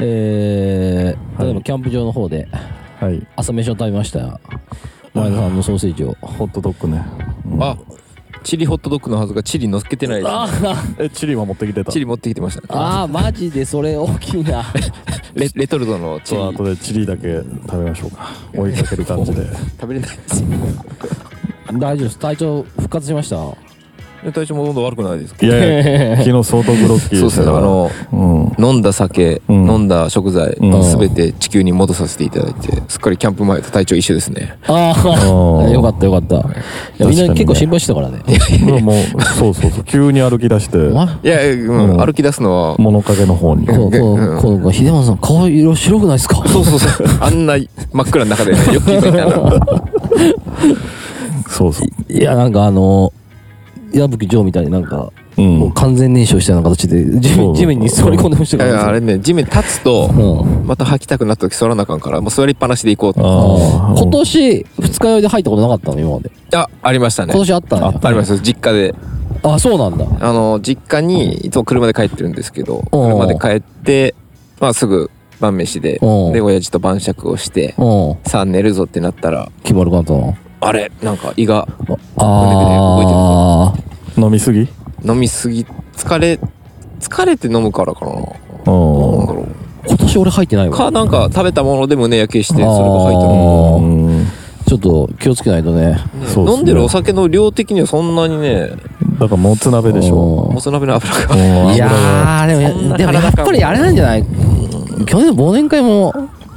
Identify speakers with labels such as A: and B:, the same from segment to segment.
A: えー、
B: はい
A: 例えばキャンプ場の方で
B: はい
A: 朝飯を食べましたよ前田さんのソーセージを
B: ホットドッグね、うん
C: あチリホットドッグのはずがチリ乗っけてないです
A: あ
B: えチリは持ってきてた
C: チリ持ってきてましたね
A: あーマジでそれ大きいな
C: レレトルトのチ
B: ちょっ
C: リ
B: と後でチリだけ食べましょう か追いかける感じで
C: 食べれないです
A: 大丈夫です体調復活しました
C: え体調もどんどん悪くないですか
B: いやいや昨日相当グロッキー
C: そうですねあの
B: うん
C: 飲んだ酒、
B: うん
C: 飲んだ食材、
B: うん
C: すべて地球に戻させていただいて、すっかりキャンプ前と体調一緒ですね。
A: あ
B: あ
A: あ
B: ー
A: よかったよかったいやみんな結構心配してたからね
B: うんもうそうそうそう急に歩き出して
A: あ
C: いや、うん
B: うん
C: 歩き出すのは、
B: 物陰の方に
A: そうそうこう秀松さん顔色白くないですか
C: そうそうそう、あんな真っ暗の中で、ね、よく聞いてい たら、
B: そうそう
A: いやなんかあの矢吹城みたいになんか
B: う
A: もうん完全燃焼したような形で地
B: そ
A: 面
B: う
A: 地面に座り込んでまし
C: い
A: たか
C: やいやあ
A: ら
C: れ
A: ね
C: ね、地面立つと、
A: うん
C: また吐きたくなった時座らなあかんから、もう座りっぱなしで行こうと。
B: ああ
A: 今年二日酔いで入ったことなかったの今まで
C: あ、ありましたね
A: 今。年あったんや
B: あった
C: ありました、実家で。
A: あそうなんだ
C: あの、実家に、いつも車で帰ってるんですけど、
A: おう
C: 車で帰って、まあすぐ晩飯で、
A: おう
C: で、親父と晩酌をして、
A: うん
C: さあ寝るぞってなったら、
A: 決まるかったな
C: あれなんか胃が
A: ああ
B: 飲みすぎ
C: 飲みすぎ疲れ疲れて飲むからかななんだ
B: う
C: ろ
A: 今年俺入ってないうわ
C: かなんか食べたもので胸焼けしてそれが
A: あ
C: 入っ
B: んうん
A: ちょっと気をつけないとね
C: て
B: そうですね
C: る飲んでるお酒の量的にはそんなにね
B: だからもつ鍋でしょ
C: もつ鍋の油が
B: もう
A: いや
B: 油
A: ーで
C: そん
A: も
C: な
A: でもやっぱりあれなんじゃない去年の忘年会も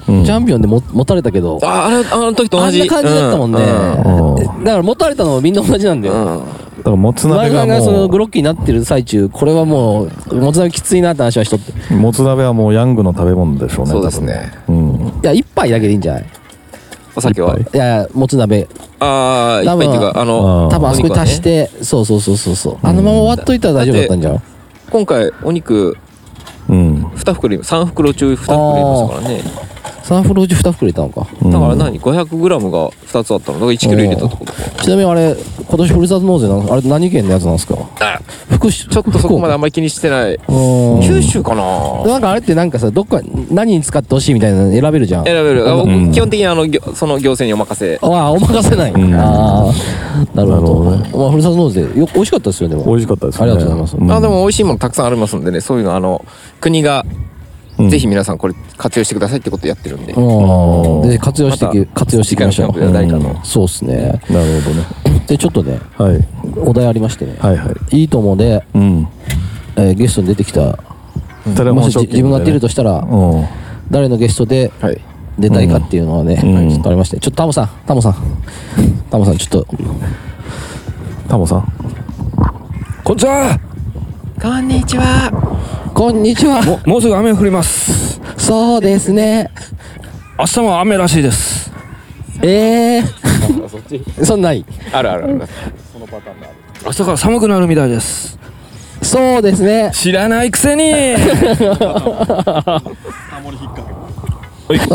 B: うん
A: チャンピオンでも持たれたけど
C: ああれあの時と
A: あ
C: 同
A: ん
C: じ
A: な感じだったもんね
C: う
B: うん
A: だから持たれたのはみんな同じなんだ
C: う
A: よ
C: んうん
B: だからもつ
A: 前
B: 鍋
A: 田さ
B: が
A: んがそ
B: も
A: のグロッキーになってる最中これはもうもつ鍋きついなって話はしとっていう
B: もつ鍋はもうヤングの食べ物でしょうね
C: そうですね
B: 多分ね
A: や一杯だけでいいんじゃない
C: お酒はい
B: っ
A: いやいやもつ鍋
C: ああいっぱいっていうかあ
B: う
C: の
B: ん
A: 多分あそこに足して、そうそうそうそうそうあのまま終わっといたら大丈夫だったんじゃん
C: 今回お肉
B: うんうん
C: 2袋3袋中2袋入れましたからね
A: サンフロージ2袋入れたのか
B: うん
C: だから何 500g が2つあったのだから 1kg 入れたってことか
A: ちなみにあれ今年ふるさと納税なんかあれ何県のやつなんですか
C: あ
A: 福島
C: ちょっとそこまであんまり気にしてない九州かな
A: なんかあれってなんかさどっか何に使ってほしいみたいなの選べるじゃん
C: 選べる。あ僕
B: うん
C: 基本的にあの、ぎょその行政にお任せ。
A: ああお任せない、
B: ん
A: ああなるほど
B: なる
A: まあ、ふるさと納税よ美味しかったですよねで
B: 美
A: も
B: 味しかったですね
A: ありがとうございます
B: ん
C: あでも美味しいものたくさんありますんでね、そういうのあの、国が、
B: うん
C: ぜひ皆さんこれ活用してくださいってことやってるんで。
A: うん
B: うん
A: で活用していき、
C: また
A: 活用していきましょ
C: 次回
A: う
C: のキャンプでは誰かの
A: そうっすね
B: なるほどね
A: でちょっとね
B: はい
A: お題ありましてね
B: はいはい
A: いいともで、
B: うん
A: えーゲストに出てきた
B: テレフォ
A: もし
B: ンショッ
A: 自
B: キン
A: 分が
B: グでね
A: 出るとしたら、
B: うん
A: 誰のゲストで
C: はい。
A: 出たいかっていうのはね、
B: うん
A: はいちょっとありましてちょっとタモさんタモさんタモさんちょっと
B: タモさん
D: こんにちは
C: こんにちは。
A: こんにちは
D: ももうすぐ雨降ります
A: そうですね
D: 明日も雨らしいです
A: ええー、そんない
C: あるあるある。
D: 明日から寒くなるみたいです
A: そうですね
D: 知らないくせに
A: あ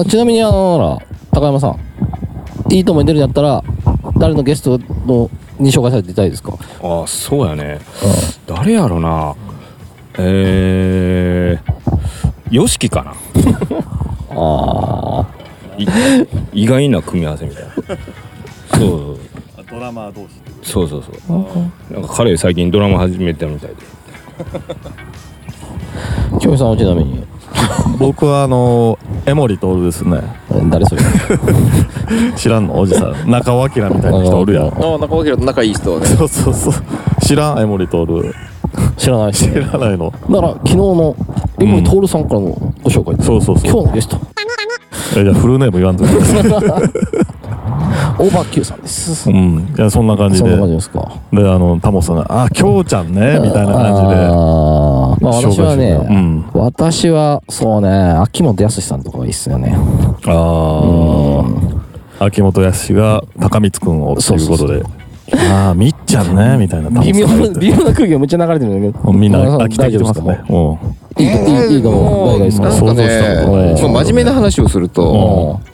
A: ちなみにあのほら高山さんいいともに出るんやったら誰のゲストのに紹介されていたいですか
D: あそうやね誰やろなえー、よしきかなああ意外な組み合わせみたいなそう
B: ドラマー同士
D: そうそうそうなんか彼最近ドラマ始めたみたいで
A: 清美さんはちなみに
B: 僕はあの江守徹ですね
A: え誰 それ
B: 知らんのおじさ ん中尾明みたいな人おるやん
C: あ、中尾明と仲いい人はね。
B: そうそうそう知らん江守徹
A: 知らないです
B: 知らないの
A: なら昨日の江森徹さんからのご紹介です、
B: そうそうそう
A: 今日のゲスト
B: えじゃあフルネーム言わんとく ださい
A: オーバー Q さんです
B: うんいやそんな感じ
A: そん
B: で
A: な感じですか
B: であのタモさんが「あ京ちゃんね」みたいな感じで
A: あーまあ
B: 紹
A: 私
B: 介
A: はね、
B: してくれたうん
A: 私はそうね秋元康さんとかがいいっすよね
B: ああ秋元康が高光くんをということでああみっちゃんねみたいなタモさ
A: 微
B: ん
A: 妙な微妙な空気がめっちゃ流れてるんだけど
B: みんな
A: 高山さ
B: 飽きてきてます
A: 大丈夫で
B: ねうん
A: いいいいいいかも大丈夫です
C: な
A: か
C: んか
B: 想像した
C: ね
B: ことない、
C: まあ真面目な話をすると、
A: う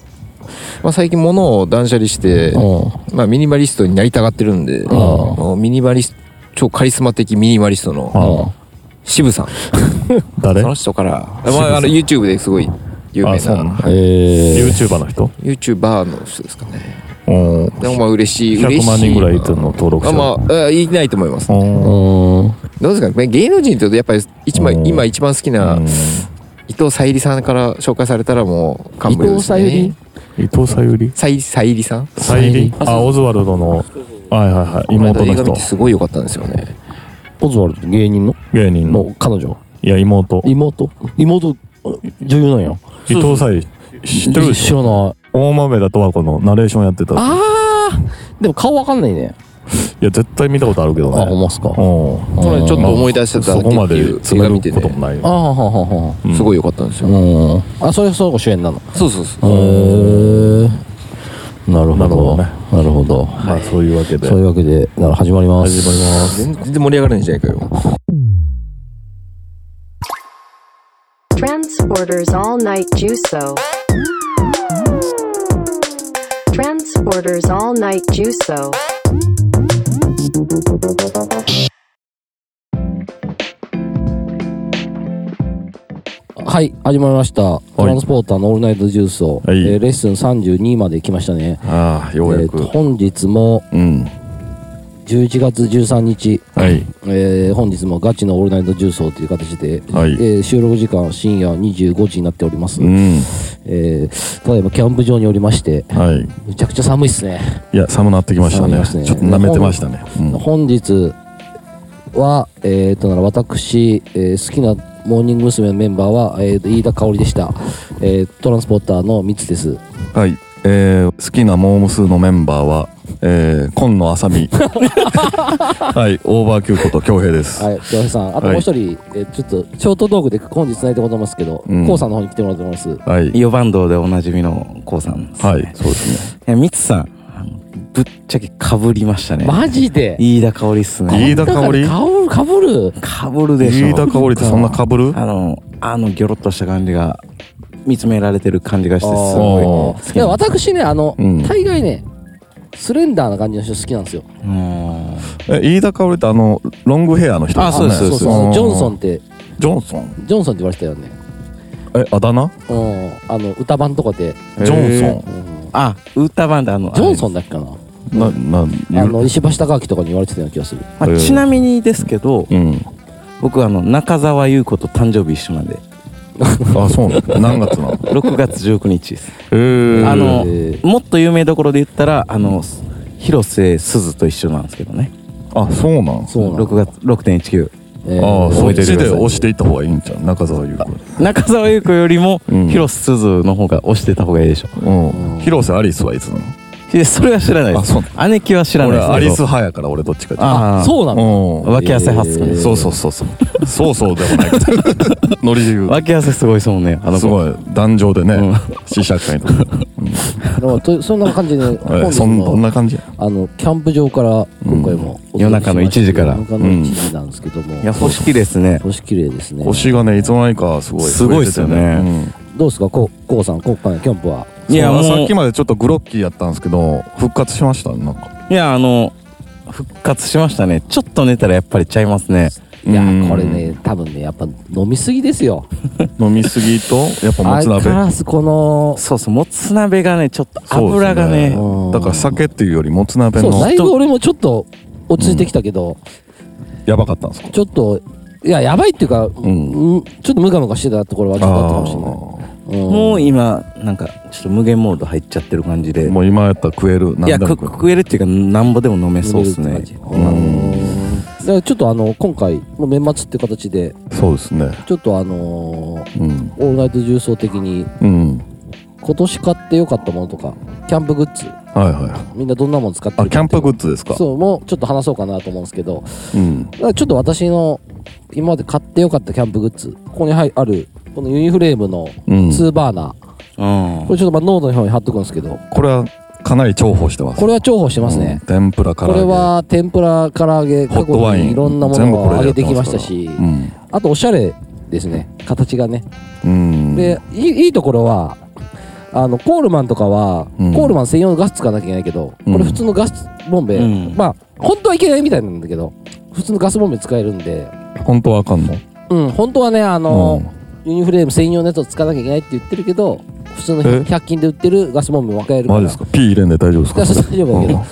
C: まあ最近物を断捨離して、
A: んうん
C: まあミニマリストになりたがってるんで、あのミニマリスト、超カリスマ的ミニマリストの
B: あ
A: あ
C: 渋さん。
B: 誰
C: その人から、
B: 渋
C: ま
B: さん
C: あ、あの YouTube ですごい有名
B: あそうな
C: な、
B: の
C: はい
A: えー、
B: ?YouTuber の人
C: YouTuber の人ですかね。
B: うん。
C: でもまあ嬉しい。嬉
B: 100
C: しい
B: 万人ぐらいいてるの登録
C: あ
B: 者。
C: まあ、あいないと思います。
A: う
B: うん
A: ーん。
C: どうですかね芸能人って言うとやっぱり一番
B: うん
C: 今一番好きな
B: うん
C: 伊藤沙莉さんから紹介されたらもう感
A: 伊
C: 無量で
A: 藤
C: す
A: さ
C: ね。
A: ゆり
B: 伊藤さゆり
C: さゆりさゆりさん
B: さゆりあ、オズワルドの、はいはいはい、妹の
C: 映画見
B: 人
C: て。すごい良かったんですよね。
A: オズワルドって芸人の
B: 芸人の。
A: の彼女
B: いや、妹。
A: 妹妹女優なんや
B: 伊藤さゆり。知ってるで
A: 知
B: し
A: ら
B: ょ
A: ない
B: 大豆田とわ子のナレーションやってた。い
A: ああでも顔わかんないね
B: や、絶対見たことあるけどね。
A: あほんまっすか
B: うん。
C: これちょっと
B: まあ
C: 思い出してた
B: そこまで
C: ってい
B: 詰
C: う
B: め
C: 映画
B: る
C: 見てね
B: こともない
A: あ。あははは
B: うん
C: すごい良かったんですよ。
A: うんあそれその子主演なの
C: そうそうそう。
A: へえなるほ
B: なるほ
A: ど
B: どね
A: なるほど
B: まあ、そういうわけで。
A: そういうわけでなら始まります
B: 始まります。
C: 全然盛り上がらないじゃないかよ。
E: Transporters All Night Juso. Transporters All Night Juso.
A: はい始まりましたトランスポーターのオールナイトジュースをえ
B: はい
A: ーレッスン32まで来ましたね
B: ああ、よう
A: えー
B: や
A: と
B: く。
A: 本日も
B: うん。
A: 11月13日
B: はい。
A: えー本日もガチのオールナイト重奏という形で、
B: はい
A: えー収録時間深夜25時になっております、
B: うん。
A: えーただいまキャンプ場におりまして
B: はい。
A: むちゃくちゃ寒いっすね、
B: いや、寒なってきました
A: 寒
B: ね。
A: いですね
B: ちょっと舐めてましたね。うん
A: 本日はえー、となら私、えー好きなモーニング娘。のメンバーは、えーと飯田香織でした、えートランスポーターのミツです
B: はい。えー、好きなモームスのメンバーは、えー、今野あさみ。はい。オーバーキューこと京平です。
A: はい京平さんあともう一人、えーちょっとショートトークで本日繋いでございますけど、
B: うん
A: コウさんの方に来てもらってます
B: はい。
F: イオバンドでおなじみのコウさんです、
B: はい。そうですね。
F: いや、ミツさん、あのぶっちゃけかぶりましたね。
A: マジで
F: 飯田香織っすね。
B: 飯田香織
A: かぶるかぶる
F: かぶるでしょ。
B: 飯田香織ってそんな被る
F: あの、あのギョロッとした感じが、見つめられてる感じがして、すごい好
A: い
F: き
A: や
F: なんです。
A: 私ねあの、
B: うん
A: 大概ねスレンダーな感じの人好きなんですよ
F: うん
B: え、飯田香織ってあの、ロングヘアの人
F: あそうです
B: ね
F: そうです
A: そうジョンソンって
B: ジョンソン
A: ジョンソンって言われてたよね
B: え、あだ名
A: うんあの歌版とかで、
B: ジョン
A: うん
F: あ、歌バンド、あの、
A: ジョンソ
F: ン、
A: ンだっけかな
B: ソン。な、な、
A: あの石橋貴明とかに言われてたような気がする
F: まあ
B: えー
F: ちなみにですけど、
B: うん。
F: 僕、あの、中澤優子と誕生日一緒なんで、
B: あ、そうなの何月なの
F: 6月19日です。
B: えー
F: あ
A: へ
F: の
A: ー、
F: もっと有名どころで言ったら、あの、広瀬すずと一緒なんですけどね。
B: あ、そうなん
A: そうなの
F: 6月、6.19。
A: えー
B: ああ、そっ
F: 覚えて
B: ち
F: てください
B: で押していった方がいいんちゃう中澤優子。
F: 中澤優子よりも、
B: うん
F: 広瀬すずの方が押してた方がいいでしょ
B: うん。広瀬アリスはいつなの
F: でそれは知らないで
B: あそう
F: す姉貴は知らない
B: 俺
F: ですけど
B: アリス派やから俺どっちかって
A: あそうなの
B: う
F: 脇汗ハスク
A: えー
F: ね
B: んそうそうそうそうそうそうでもないけどノリで言う
F: 脇汗すごいそうもんねあの
B: す
F: 子
B: ごい壇上で
F: うん
B: ね試写会 とか
A: だからとそんな感じで
B: え
A: 本
B: そ
A: 日
B: んどん
A: も
B: な感じや
A: あのキャンプ場から今回もお届けしました、
F: 夜中の1時から
A: 夜中の1時なんですけども、
F: いや星きですね
A: 星綺麗ですね
B: 星がねいつの間にかすごい
F: すごいっすよね
B: 増えててうん
A: どうですかこうこうさん今回のキャンプはい
F: や
B: そう
F: もう
B: さっきまでちょっとグロッキーやったんですけど復活しましたねなんか
F: いやあの復活しましたねちょっと寝たらやっぱりちゃいますね
A: いや
B: うん
A: これね多分ねやっぱ飲みすぎですよ
B: 飲みすぎとやっぱもつ
A: 相
B: 鍋
A: 変わらずこの
F: そうそうもつ鍋がねちょっと
B: そうですね
F: 油がね
A: うん
B: だから酒っていうよりもつ鍋
A: そう
B: の
A: だいぶ俺もちょっと落ち着いてきたけど、
B: やばかったんですか
A: ちょっといややばいっていうか、うんちょっとムカムカしてたところはちょっとあったかもしれない
F: もう今なんかちょっと無限モード入っちゃってる感じで
B: もう今やったら食える
F: いや
B: 何でも食
F: く
B: える
F: 食えるっていうかなんぼでも飲めそうですね
A: うんだからちょっとあの今回もう年末って形で
B: そうですね
A: ちょっとあのー
B: うん
A: オールナイト重曹的に
B: うん
A: 今年買ってよかったものとかキャンプグッズ
B: はいはい
A: みんなどんなもの使って
B: あ
A: る
B: キャンプグッズですか
A: そうもうちょっと話そうかなと思うんですけど
B: うん
A: だからちょっと私の今まで買ってよかったキャンプグッズここにはいあるこのユニフレームの
B: うん
A: ツーバーナー、
F: うん
A: これちょっとまあノートの方に貼っとくんですけど
B: これはかなり重宝してます
A: これは重宝してます
B: うん
A: ね、
B: 天ぷらから
A: これは天ぷら唐揚げ
B: ホ
A: 過
B: ット
A: 去
B: ワイン
A: にいろんなも
B: 全部
A: の
B: こ
A: を
B: れ
A: 揚
B: で
A: げ
B: やって
A: てきま
B: ます
A: し
B: から
A: たし、
B: うん
A: あとおしゃれですね形がね、
B: うん
A: でいいいいところはあのコールマンとかは、
B: うん
A: コールマン専用のガス使わなきゃいけないけど、
B: うん
A: これ普通のガスボンベ、
F: うん
A: まあ本当はいけないみたいなんだけど普通のガスボンベ使えるんで
B: 本当はあかんの
A: うん、本当はね、あの、ユニフレーム専用のやつを使わなきゃいけないって言ってるけど、普通の
B: え
A: 100均で売ってるガスボンベも分かれるか
B: マ
A: ら。
B: ジですか ?P 入れんで大丈夫です
A: い
B: か
A: やそう大丈夫だけど
B: うん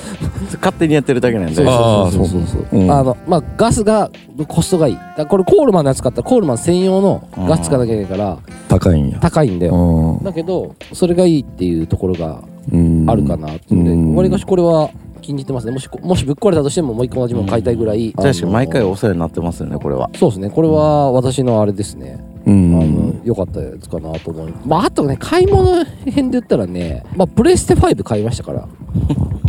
F: 勝手にやってるだけなんで
A: そう
B: あー
A: そうそうそうそうそう
F: うん
A: あのまあガスがコストがいいだからこれコールマンのやつ買ったらコールマン専用のガス使わなきゃいけないから
B: 高いんや。
A: 高いんだよ、
B: うん
A: だけどそれがいいっていうところが
B: うん
A: あるかなっていうので、
B: うん
A: わりかしこれは気に入ってますねもしこもしぶっ壊れたとしてももう一個同じもの買いたいぐらい、あの
F: 確かに毎回お世話になってますよねこれは
A: そうですねこれは私のあれですね、
B: う
A: あ
B: ん
A: の。良かったやつかなと思いますまああとね買い物編で言ったらね、まあ、プレステ5買いましたから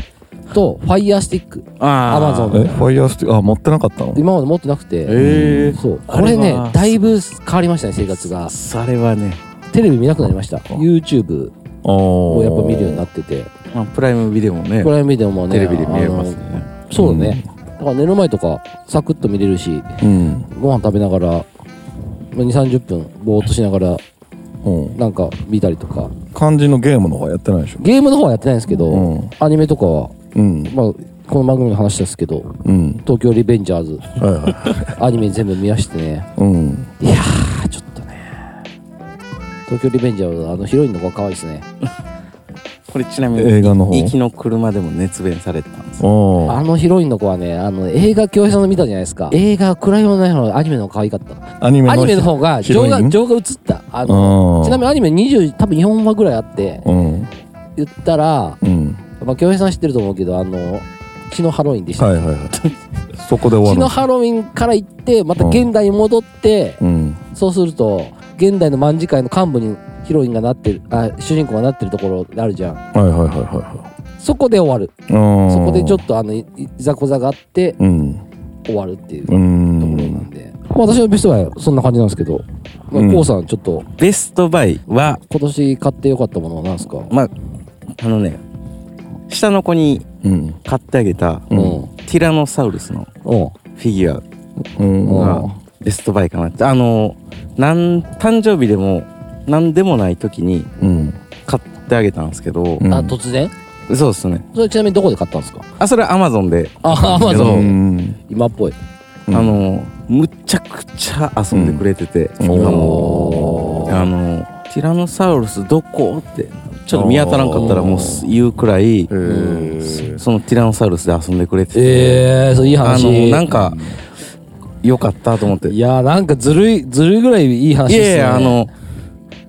A: とファイヤースティック
F: あ
A: アマゾン
B: え、ファイヤースティック、あ、持ってなかったの
A: 今まで持ってなくて、
F: ええ
A: そうこれね
F: あれは
A: だいぶ変わりましたね生活が
F: それはね、
A: テレビ見なくなりました YouTube
B: お
A: を
B: ー
A: やっぱ見るようになってて
F: まあ、プライムビデオもね
A: プライムビデオもね
F: テレビで見えますね
A: あのそうだね、だから寝る前とかサクッと見れるし
B: うん。
A: ご飯食べながら2 3 0分ぼーっとしながら
B: うん。
A: なんか見たりとか
B: 肝心のゲームの方はやってないでしょ
A: ゲームの方はやってないんですけど、
B: うん
A: アニメとかは、
B: うん。
A: まあ、この番組の話ですけど
B: うん。
A: 東京リベンジャーズ
B: はいは
A: アニメ全部見ましてね
B: い。うん。
A: いやーちょっとね東京リベンジャーズあのヒロインの子が可愛いですね
F: これちなみに
B: 映画の方。
F: 行きの車でも熱弁されてたんです
B: おー
A: あのヒロインの子はね、あの映画共演者の見たじゃないですか。映画、暗いものないのアニメの方が可愛かった。
B: アニメの
A: アニメの方が
B: ヒ
A: 情
B: ロイン
A: が、情が映った。あの
B: あー
A: ちなみにアニメ20、多分4話ぐらいあって、
B: うん。
A: 言ったら、
B: うん。
A: まあ、共演者さん知ってると思うけど、あの、血のハロウィンでした。
B: はいはいはい。そこで
A: 血
B: 終
A: の
B: わる。
A: ハロウィンから行って、また現代に戻って、
B: うん。
A: そうすると、現代の卍会の幹部にヒロインがなってる、あ、主人公がなってるところあるじゃん。
B: はいはいはいは
A: そこで終わる。
B: いはい。
A: そこでちょ
B: と。
A: っとあの、いいざこざがあって、
B: うん。
A: 終わるっていう。
B: う。
A: ところなんんで、まあ、私のベストバイはそんな感じなんですけど、まあ
B: うん
A: こうさんちょっと
F: ベストバイは
A: 今年買ってよかったものは何ですか、
F: まああのね下の子に
B: うん。
F: 買ってあげた
A: う
B: うんん
F: ティラノサウルスの
A: うん
F: フィギュ
B: うん。
F: アがベストバイかなってあのなん誕生日でも何でもない時に
B: うん。
F: 買ってあげたんですけど、
B: うん
A: あ突然
F: そうですね
A: それちなみにどこで買ったんですか
F: あそれはアマゾンで、
A: あアマ
F: そ
A: ゾ
F: う
A: ン
B: ん。
A: 今っぽい
B: うん
F: あのむちゃくちゃ遊んでくれてて、
B: うん
F: 今も
A: おー
F: あのティラノサウルスどこってちょっと見当たらんかったらもう言うくらい
B: ー
F: そのティラノサウルスで遊んでくれてて、
A: ええー、そういい
F: あの
A: 話
F: なんか良かったと思って
A: いやーなんかずるいずるいぐらいいい話
F: い
A: ですね
F: やいや、あの、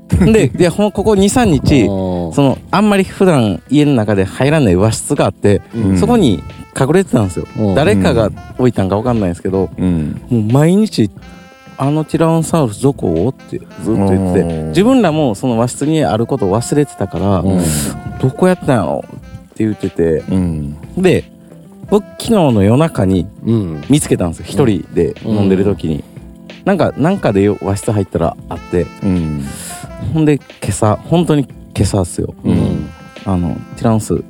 F: で、で、ほんここ2、3日、
A: うん
F: その、あんまり普段家の中で入らない和室があって、
B: うん
F: そこに隠れてたんですよ。
A: うん
F: 誰かが置いたんかわかんないんですけど、
B: うん。
F: もう毎日、あのティラノサウルスどこってずっと言ってて
B: うん、
F: 自分らもその和室にあることを忘れてたから、
A: うん
F: どこやったんやろって言ってて、
B: うん。
F: で、僕昨日の夜中に
A: うん
F: 見つけたんですよ。一人で飲んでる時に。なんか、なんかでよ和室入ったらあって、
B: うん。
F: ほんで今朝本当に今朝っすよ、
A: うん
F: あのティラノステ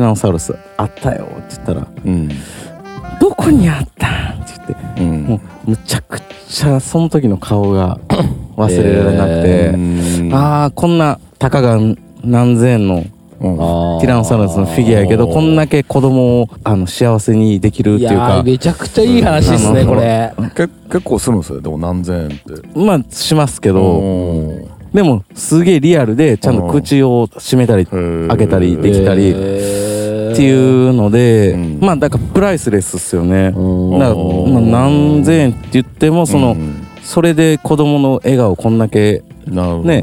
F: ィラノサウルスあったよって言ったら
B: うん。
F: 「どこにあったん?」って言って
B: う
F: も
B: ん。
F: うむちゃくちゃその時の顔が 忘れられなく
A: え
F: て、ああこんなたかが何千円の
A: あー
F: ティラノサウルスのフィギュアやけどこんだけ子供をあの幸せにできるっ
A: い
F: てい
A: や
F: うか
A: ーめちゃくちゃいい話ですね、
F: うん
A: これ
B: け結構するんですよでも何千円って
F: まあしますけど
B: お
F: でもすげえリアルでちゃんと口を閉めたり
B: ー
F: 開けたりできたり
A: っ
F: っていうので、
B: うん
F: まあだからプライスレスっすよね、
A: うん
F: だからまあ何千円って言ってもそ
B: う
F: の、
B: ん
F: それで子供の笑顔こんだけ
B: なるほどね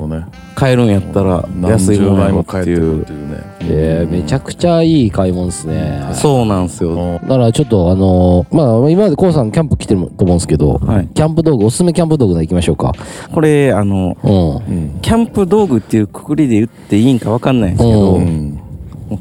F: 買えるんやったら
B: 何
F: 安い
B: 十
F: もんや
B: 倍
F: ろ
B: も
F: って
B: 返っ
F: い
B: てくる
F: う
B: っていうね
A: えーめちゃくちゃいい買い物ですね
F: そうなんですよ、
B: うん
A: だからちょっとあのーまあ今までコウさんキャンプ来てると思うんですけど、
F: はい
A: キャンプ道具、おすすめキャンプ道具で行きましょうか。
F: これあの
A: うん。
B: うん
F: キャンプ道具っていうくくりで言っていいんかわかんないんですけど、
A: う
B: う
A: うん
B: ん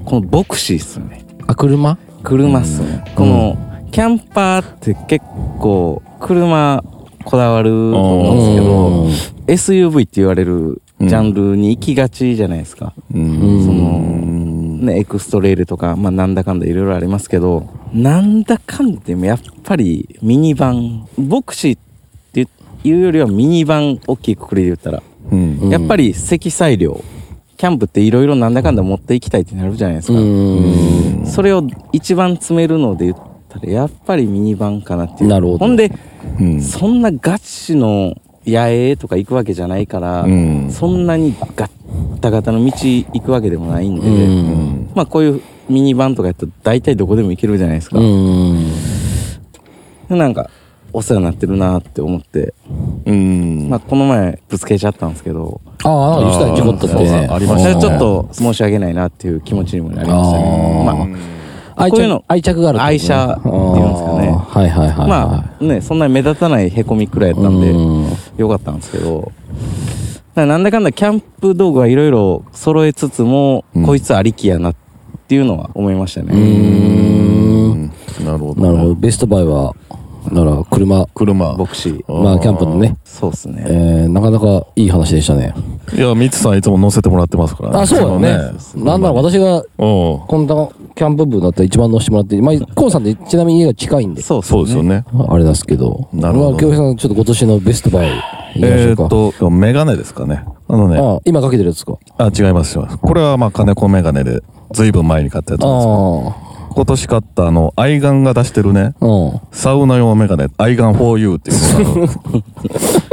F: このボクシーっすね
A: あ、車
F: 車っすね、このキャンパーって結構車こだわると思うんですけ
A: う
F: ど、
A: ん
F: SUV って言われるジャンルに行きがちじゃないですか。
B: うん
F: その、ね、エクストレイルとか、まあなんだかんだいろいろありますけど、なんだかんだでもやっぱりミニバン、ボクシーっていうよりはミニバン大きいくくりで言ったら、
B: うん
A: ん
F: やっぱり積載量、キャンプっていろいろなんだかんだ持っていきたいってなるじゃないです
A: う
F: か。
A: ん。
F: それを一番詰めるので言ったそれやっぱりミニバンかなっていう。
A: なるほど
F: ほんで、
B: うん
F: そんなガチの野営とか行くわけじゃないから、
B: うん
F: そんなにガッタガタの道行くわけでもないんで、
A: うん
F: まあこういうミニバンとかやったら大体どこでも行けるじゃないですか。
A: うん
F: なんか、お世話になってるなって思って、
B: うん
F: まあこの前ぶつけちゃったんですけど、
A: ああなんか吉田に事故った
B: そうそう
A: って
B: ありました
F: それ
B: ね
F: ちょっと申し訳ないなっていう気持ちにもなりましたけど、
A: あー
F: まあ
A: 愛
F: こういう
A: 着
F: の
A: 愛着がある
F: 愛車っていうんですかね
A: あーはいはいはいはい
F: まあね、そんなに目立たないへこみくらいやったんで
A: うん、
F: よかったんですけど、だからなんだかんだキャンプ道具はいろいろ揃えつつも、
B: うん
F: こいつありきやなっていうのは思いました
A: う
F: ね。
A: ー
B: うんんなるほど
A: なるほどベストバイはなら車
B: 車
F: 牧師。
A: まあキャンプのね
F: そうです
A: え
F: ね。
A: ーなかなかいい話でしたね
B: いやミツさんいつも乗せてもらってますから
A: あそうよねなんなら私が
B: おう
A: こんなキャンプ部だったら一番乗せてもらってまあコウさんってちなみに家が近いんで
F: そう
B: そうですよね
A: あれですけど。
B: なるほど
A: まあ、京平さん、ちょっと今年のベストバイ、いきましょ
B: え
A: う
B: ー
A: か。
B: っとメガネですかねあのね
A: ああ今かけてるやつか。
B: あ違いますよこれはまあ金子メガネでずいぶん前に買ったやつ
A: あ
B: なんですけど
A: あ。
B: 今年買ったあのアイガンが出してるね
A: うん。
B: サウナ用メガネアイガン 4U っていうのが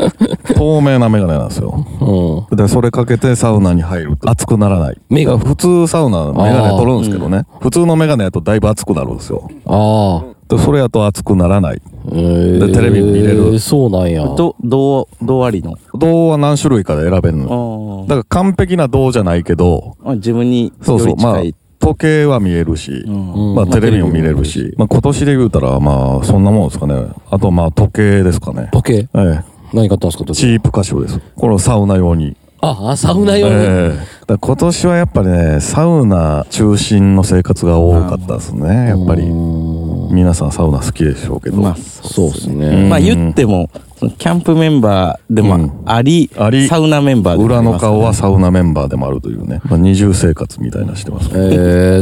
B: あ る透明なメガネなんですよ
A: うん。
B: で、それかけてサウナに入ると熱くならない。
A: 目が
B: 普通サウナメガネ取るんですけどね。普通のメガネやとだいぶ熱くなるんですよ。
A: ああ。
B: で、それやと熱くならない。
A: えー
B: でテレビ見れる
A: そうなんや。
F: ど、どう、どうありの
B: 銅は何種類かで選べるの。だ
F: あ
B: から完璧な銅じゃないけど、
F: あ。自分に
B: そ
F: よ
B: うそ
F: り
B: う、まあ
F: 近い。、
B: 時計は見えるし、
F: うん
B: まあ、テレビも見れるし、まあ、今年で言うたら、まあ、そんなもんですかね。あと、まあ、時計ですかね。
A: 時計
B: え
A: 何買ったんですか
B: え。
A: 時
B: チ
A: 計。
B: ープ歌唱です。これをサウナ用に。
A: あ、あサウナ
B: ええ
A: 用に。
B: だから今年はやっぱりね、サウナ中心の生活が多かったですね、やっぱり。
A: うん
B: 皆さんサウナ好きでしょうけど、
F: まあ、そ
A: そうう
F: っ
A: ですす
F: ね。
A: ね。
F: まあ言っても、そのキャンプメンバーでもあり、
B: うんあり
F: サウナメンバーでもあ
B: 裏
F: り
B: の
F: ますから
B: 顔はサウナメンバーでもあるというね、まあ、二重生活みたいなしてますね
A: え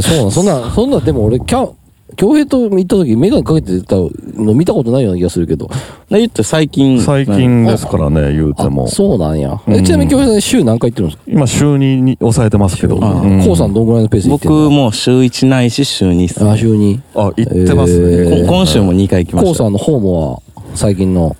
A: ー、そうなん、そんな、そんな、でも俺、キャン、京平と行った時、メガネかけてたの見たことないような気がするけど。
F: で言って最近。
B: 最近ですからね言うて
A: あ
B: も、
A: そうなんや。
B: う
A: え
B: ん
A: ちなみに京平さん、週何回行ってるんですか
B: 今週2に抑えてますけど、
F: あ
B: うん
A: コウさんどんぐらいのペースで行って
F: 僕
A: るの
F: も週1ないし週2っす、
A: あ、週に。
B: あ行ってますね、
A: えー
F: こ今週も2回行きま
A: コウ
F: し
A: さ
F: た。
A: んのホームは、最近の。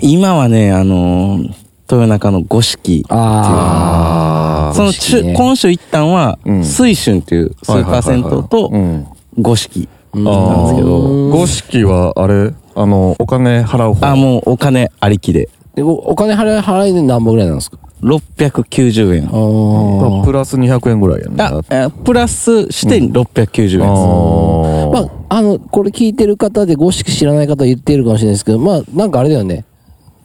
F: 今はね、あのー豊中の五色。
A: あ
B: あ
F: その
A: 五色ね
F: 中、今週一旦は、
B: うん
F: 水春っていうスーパー銭湯と
B: うん
F: 五色。
A: ー。
B: なんですけど
A: うん
B: 五色はあれあのお金払う方
F: あ、もうお金ありきで。
A: でおお金払い、払いで何本ぐらいなんですか
F: 690円。あ
A: あ
B: プラス200円ぐらいやんな
F: えープラスして690円
B: ー
A: まあ、あの、これ聞いてる方で、五色知らない方言っているかもしれないですけど、まあ、なんかあれだよね。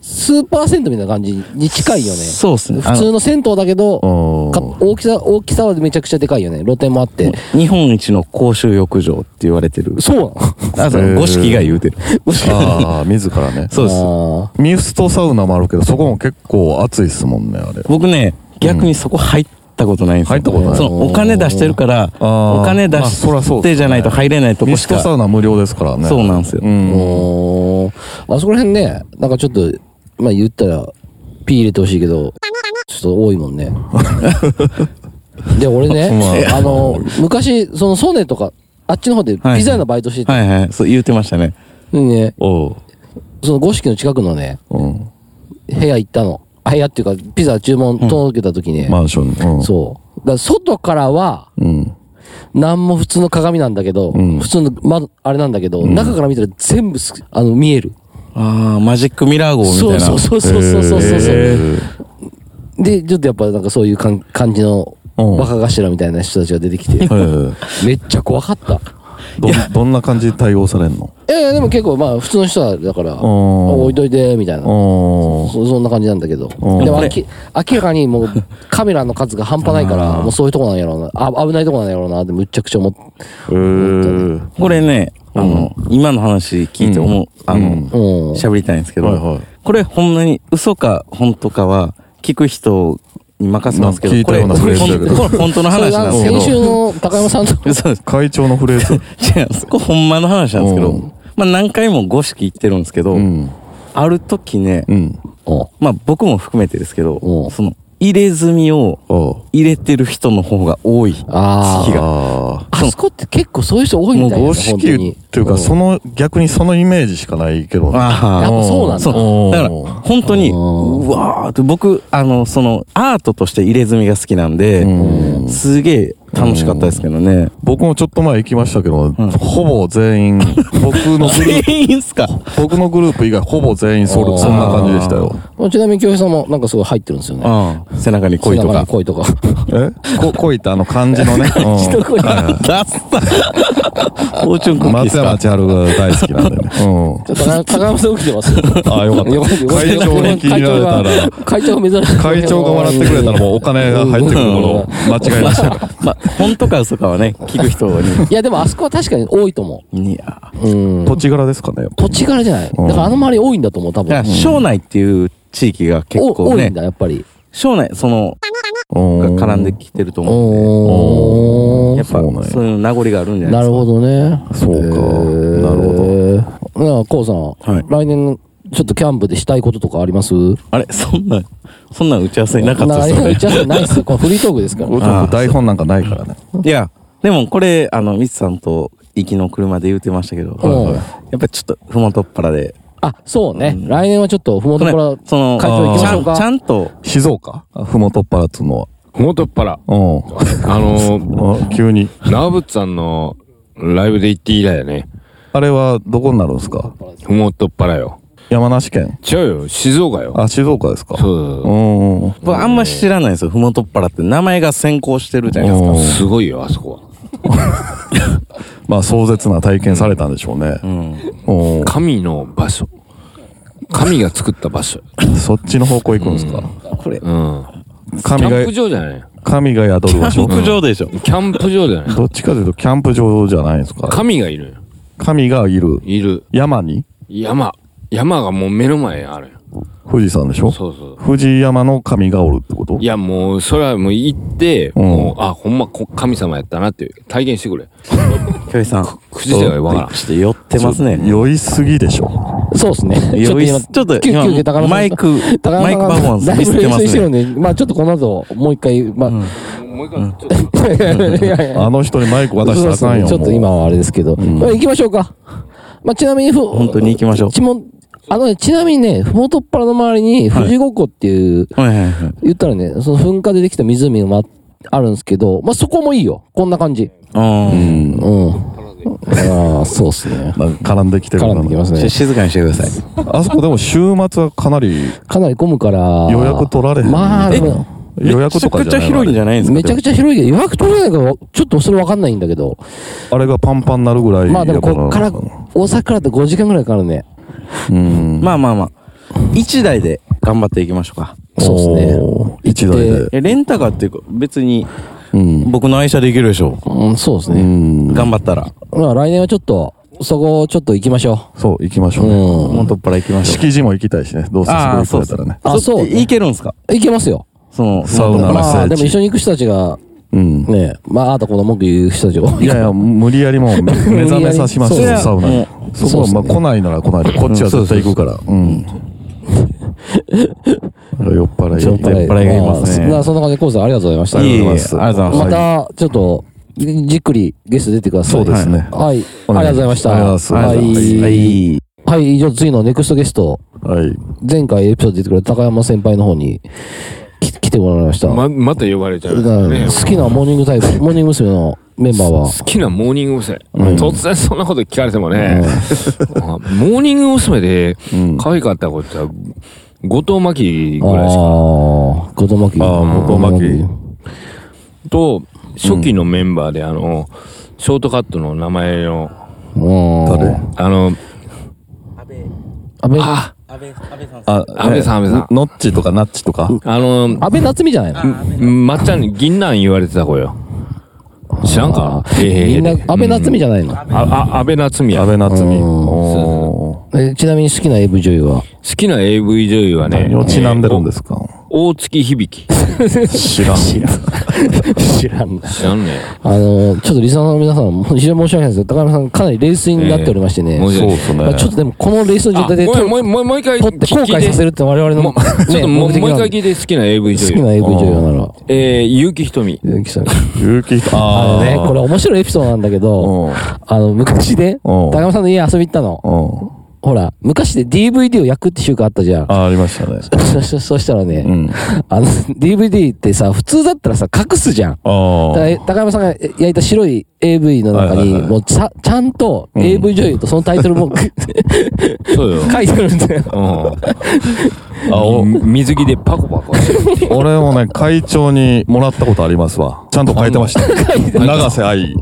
A: スーパー銭湯みたいな感じに近いよね
F: です。。そうっすね。
A: 普通の銭湯だけど、
B: うん
A: か大きさ、大きさはめちゃくちゃでかいよね。露店もあって。
F: あの日本一の公衆浴場って言われてる。
A: そうなの
F: あ、そ
B: へ
F: う、
B: ー
F: 五色が言うてる。
B: あー自らね
F: そうです。
A: あ
B: ミストサウナもあるけどそこも結構暑いっすもんねあれ
F: 僕ね逆にそこ入ったことないんですよ、
B: 入ったことない
F: そのお金出してるから
B: ー
F: お金出
B: まあそらそうですね
F: してじゃないと入れないとこ
B: ミ
F: し
B: スト
F: か
B: サウナ無料ですからね。
F: そうなんですよ
A: ーおーあそこら辺ね、なんかちょっと、まあ言ったら、ピー入れてほしいけど、ちょっと多いもんね。で、俺ね、
B: まあ
A: あの、昔、そのソネとか、あっちの方で
F: はい
A: ピザ屋のバイトしてて、
F: はいはいそう言ってましたね
A: でね、
B: おう。
A: その五色の近くのね、
B: うん。
A: 部屋行ったの。部屋っていうか、ピザ注文届けた時ね、
B: マンションに。うん。
A: そう。だから外からは、
B: うん。
A: なんも普通の鏡なんだけど、
B: ん
A: 普通の、ま、あれなんだけど、中から見たら全部す、あの、見える。
F: ああマジックミラー号みたい
A: そう
F: な
A: そうそうそうそうそうそう。
B: えー
A: で、ちょっとやっぱなんかそういうかん感じの
B: うん
A: 若頭みたいな人たちが出てきて、
B: え
A: めっちゃ怖かった。
B: ーどん、どんな感じで対応されんの
A: いやいや、でも結構まあ普通の人はだから、あ置いといて、みたいな。
B: おー
A: そそんな感じなんだけど。で
B: うん
A: もあき明らかにも うカメラの数が半端ないから、もうそういうとこなんやろうな。あ危ないとこなんやろうなってむっちゃくちゃ思って。
B: えー
F: これねあの、今の話聞いて思う、あ
A: う
F: の
A: ん。
F: 喋、りたいんですけど、
B: はいはい
F: これほんまに嘘か本当かは聞く人に任せますけど
B: なんか聞いたような
F: これ
B: フレーズだけど
F: ほんこれ本当の
A: それ
F: 話な
A: が
F: んですけ
A: 先
F: ど
A: 週の高山さんと、
F: そうです
B: 会長のフレーズ。
F: 違う そこほんまの話なんですけど、
B: うん
F: まあ何回も五色言ってるんですけど、
B: うん。
F: ある時ね、
B: うん。
A: うん
F: まあ僕も含めてですけど、
A: うん
F: その入れ墨を
B: おう
F: 入れてる人の方が多い。
A: あ
F: 月
A: あ、
F: が。
B: ああ。
A: あそこって結構そういう人多い
B: も
A: み
B: う
A: たい
B: 五
A: です
B: 色
A: ね、本当に。
B: っていうか、その、逆にそのイメージしかないけどね。
F: あ
A: やっ
F: あ。
A: ぱそうなんだ
F: そう。だから、本当に、
A: あ
F: う
A: ー
F: わーって、僕、あの、その、アートとして入れ墨が好きなんで、
B: うん
F: すげえ楽しかったですけどね。
B: 僕もちょっと前行きましたけど、ほぼ全員、僕のグループ、
F: 全員っすか
B: 僕のグループ以外ほぼ全員そ
A: あー
B: れそんな感じでしたよ。
A: まあちなみに京平さんもなんかすごい入ってるんですよね。
F: うん。背中に恋と
A: 背中
F: か
A: に。恋と か。
B: えこ、こいたあの漢字のね。
A: 人恋とか
F: ダッサフォーチュンクッキーっ
B: 松
F: すか
B: 山千春が大好きなんでね。うん
A: ちょっとな高山さん起きてますよ。
B: あ、 よかっ
A: 横に
B: た。会長に気に入られたら、
A: 会長が珍しい。
B: 会長が笑ってくれたらもうお金が入ってくるの間違いなしだから。
F: まあ、本当か嘘かはね、聞く人に。
A: いやでもあそこは確かに多いと思
F: いや。
A: う。うん。
B: 土地柄ですかね。
A: 土地柄じゃない。だからあの周り多いんだと思う、多
F: だから、
A: 分。
F: 庄内っていう地域が結
A: お
F: 構
A: 多い
F: ね
A: ん、だ、やっぱり。
F: 庄内、その、が
B: うん
F: 絡んできてると思うんで。
A: お
B: お
A: ー
B: ー
F: やっぱ
B: そうなんや
F: そういう名残があるんじゃ
A: な
F: ないです
A: る
F: か。
A: ほどね。
B: そうかな
A: るほど。なあ、こうさん、
F: はい
A: 来年、ちょっとキャンプでしたいこととかあります
F: あれそんな、そんな打ち合わせなかったです
A: な
F: よ
A: あれ打
F: ね。
A: ち合 わせないっすよ。これフリートークですから。
B: 俺ちょっと台本なんかないからね。
F: いや、でもこれ、あの、ミツさんと行きの車で言うてましたけど、
A: うん
F: やっぱちょっと、ふもとっぱらで。
A: あ、そうね。来年はちょっと、ふもとから、
F: その、
A: 会長行きましょうか
F: ちゃんちゃんと、
B: 静岡ふもとっぱらっつうのは。
D: もとっぱら、
B: うん。
D: あのー、
B: あ急に。
D: 長渕さんのライブで行って以来やね。
B: あれはどこになるんですか
D: ふもっとっぱらよ。
B: 山梨県
D: ちゃうよ、静岡よ。
B: あ、静岡ですか。
D: そうう
B: うんうん。
F: 僕あんま知らないんですよ。ふもとっぱらって名前が先行してるじゃないです
B: う
F: か。
B: ん
D: すごいよ、あそこは。
B: まあ壮絶な体験されたんでしょうね。うん。
D: 神の場所。神が作った場所。
B: そっちの方向行くんですか
F: これ、
D: うん。キ
B: 神
D: ャンプ
B: が、
D: 場じゃない。
B: 神が宿る場 所。
F: 牧場でしょ。
D: キャンプ場じゃない。
B: どっちかというとキャンプ場じゃないんですか
D: 神がいるよ。
B: 神がいる
D: いる。
B: 山に
D: 山。山がもう目の前にあるよ。
B: 富士山でしょ
D: そうそう。
B: 富士山の神がおるってこと
D: いや、もう、それはもう行って、
B: うん
D: もう、あ、ほんま、こ神様やったなっていう、体験してくれ。
F: ひょいさん。ちょ
D: くじではわからん。
F: っと寄ってますね。
B: 酔いすぎでしょ。
A: そうですね。ちょっ
F: 酔
A: と
F: い
A: 今
F: す、ちょっと
A: 急
F: 今
A: 遽高野さん
F: マイク、
A: 高山
F: マイク
A: さん
F: パフォーマ
A: だ
F: ンス
A: い
F: ミス
A: ぶ
F: って
A: 練
F: ま
A: 習し
F: す
A: てる
F: ね。
A: んで、まあちょっとこの後、もう一回、まあ、
D: もう一回、 ちょっと。
A: いやいやいやいや
B: あの人にマイク渡したらあかんよ。
A: ちょっと今
B: も
A: はあれですけど。まあ行きましょうか。まあちなみにふ、
F: 本当に行きましょう
A: ちも、あのね、ちなみにね、ふもとっぱらの周りに、富士五湖っていう、
F: はいはいはい。
A: 言ったらね、その噴火でできた湖がまあるんですけど、まあそこもいいよ。こんな感じ。
F: うん。
A: うん。ああ、そうっすね。
B: うなんか絡んできてる
A: 絡んできます
F: ちょ
A: ね。
F: 静かにしてください。
B: あそこでも週末はかなり
A: かなり混むから。
B: 予約取られへん
A: まあでも、
B: 予約とか
F: めち
B: じゃ
F: ゃくちゃ
B: ない
F: 広いんじゃないんですか
A: めちゃくちゃ広いけど、予約取れないから、ちょっとそれわかんないんだけど。
B: あれがパンパンになるぐらい
A: まあでも、
B: や
A: こっから、
B: な
A: 大阪からだと5時間ぐらいかかるね。
B: うん
F: まあまあまあ。一台で頑張っていきましょうか。
A: そうっすね
B: おー一台で
F: え、レンタカーっていうか、別に
B: うん
F: 僕の愛車で行けるでしょ。
A: うん、そうです
B: う
A: ね。
B: ん
F: 頑張ったら。
A: まあ来年はちょっと、そこをちょっと行きましょ
B: そう行きましょ
A: う。
B: うね
A: うん。
F: もっとっぱら行きましょう。
B: 敷地も行きたいしねどうせ
F: あー
B: そこ行くんやったらね
A: あ、そう。
F: 行けるんすか
A: 行けますよ。
F: その、
B: サウナの
A: まあ、
B: 聖
A: でも一
B: 地
A: 緒に行く人たちが、
B: うん
A: ね、まあ、あとこの文句言う人たちが多
B: い
A: いか
B: やい
A: ら。
B: や無理やりもうめ目覚めさします
A: そう
B: よ
A: や
B: サウナに
F: も
B: そこはまあ来ないなら来ないでこっちは絶対行くからうんだから酔っ払い
F: ちょっと酔っ払いがいますね
A: まあそんな感じで、コウさんありがとうございました。
F: いえいえ、ありが
B: す
F: とうございます
A: ま。た、ちょっと、じっくりゲスト出てください。
B: そうですね
A: はい。あり
B: お
A: が
B: 願
A: とうご
B: い
A: ざいました。
B: ありがとうございます
A: は
B: ありがとうござ
A: い。
B: います
F: はい。
A: はい、以上、次のネクストゲスト、
B: はい
A: 前回エピソード出てくれた高山先輩の方にき来てもらいました。
D: ま、また呼ばれちゃう、ね。
A: 好きなモーニングタイプ、 モーニング娘。のメンバーは、
D: 好きなモーニング娘。突然そんなこと聞かれてもね、 モーニング娘。で
B: うん
D: 可愛かったことは、後藤真希ぐらいしか。
A: ああ、後藤真希。
B: ああ後藤真希
D: と、初期のメンバーで、あの、ショートカットの名前の、
A: うん。
B: 誰
D: あの、
A: 安倍、
D: あ、
B: あ
D: 安倍さん
B: ね
D: 安倍さ
B: ノッチとかナッチとか
D: あの、
A: 安倍夏美じゃないの
D: まっちゃんに銀杏言われてた子よ。知らんか
A: みんな、安倍夏美じ
D: ゃ
A: じゃないの。
D: ん。あ、あ、安倍夏美や。
B: 安倍夏実
A: うん
B: おー
A: えちなみに好きな AV 女優 は
D: 好きな AV 女優はね、
B: 何をちなんでるんですか
D: えー大月響。
B: 知らん。
A: 知らんな。
D: 知らんね
A: あの、ちょっとリスナーの皆さん、もう非常に申し訳ないんですけど、高山さんかなりレースになっておりましてね。
D: ええ
B: そうっす
A: まあ
B: ね。
A: ちょっとでもこのレースの状
D: あ
A: 態で
D: ごめん
A: 撮
D: もうもうもう一回
A: 撮って後
D: 聞い
A: 悔
D: て
A: させるって我々の
D: もうちょっともう
A: ね
D: もう一
A: 目
D: 回
A: 的
D: 聞いて好きな AV 女優。
A: 好きな AV 女優なら。
D: えー、結城ひとみ。
A: ゆきさん
B: 勇気
A: あ
B: あ
A: の
B: あ。
A: ね、これ面白いエピソードなんだけど、
B: うん。
A: あの、昔ね、
B: うん
A: 高山さんの家遊び行ったの。
B: うん。
A: ほら、昔で DVD を焼くって習慣あったじゃん。
B: あ、ありましたね。
A: そそそしたら
B: う
A: ね、
B: ん。あ
A: あの、DVD ってさ、普通だったらさ、隠すじゃん。だから
B: あ。
A: 高山さんが焼いた白い AV の中
B: はいは
A: に、
B: いはい
A: もうさ、ちゃんと AV 女優とそのタイトル も
D: そうよ。
A: 書いてあるんだよ。
D: あお水着でパコパコしてる。
B: 俺もね、会長にもらったことありますわ。ちゃんと書いて ました。長瀬愛、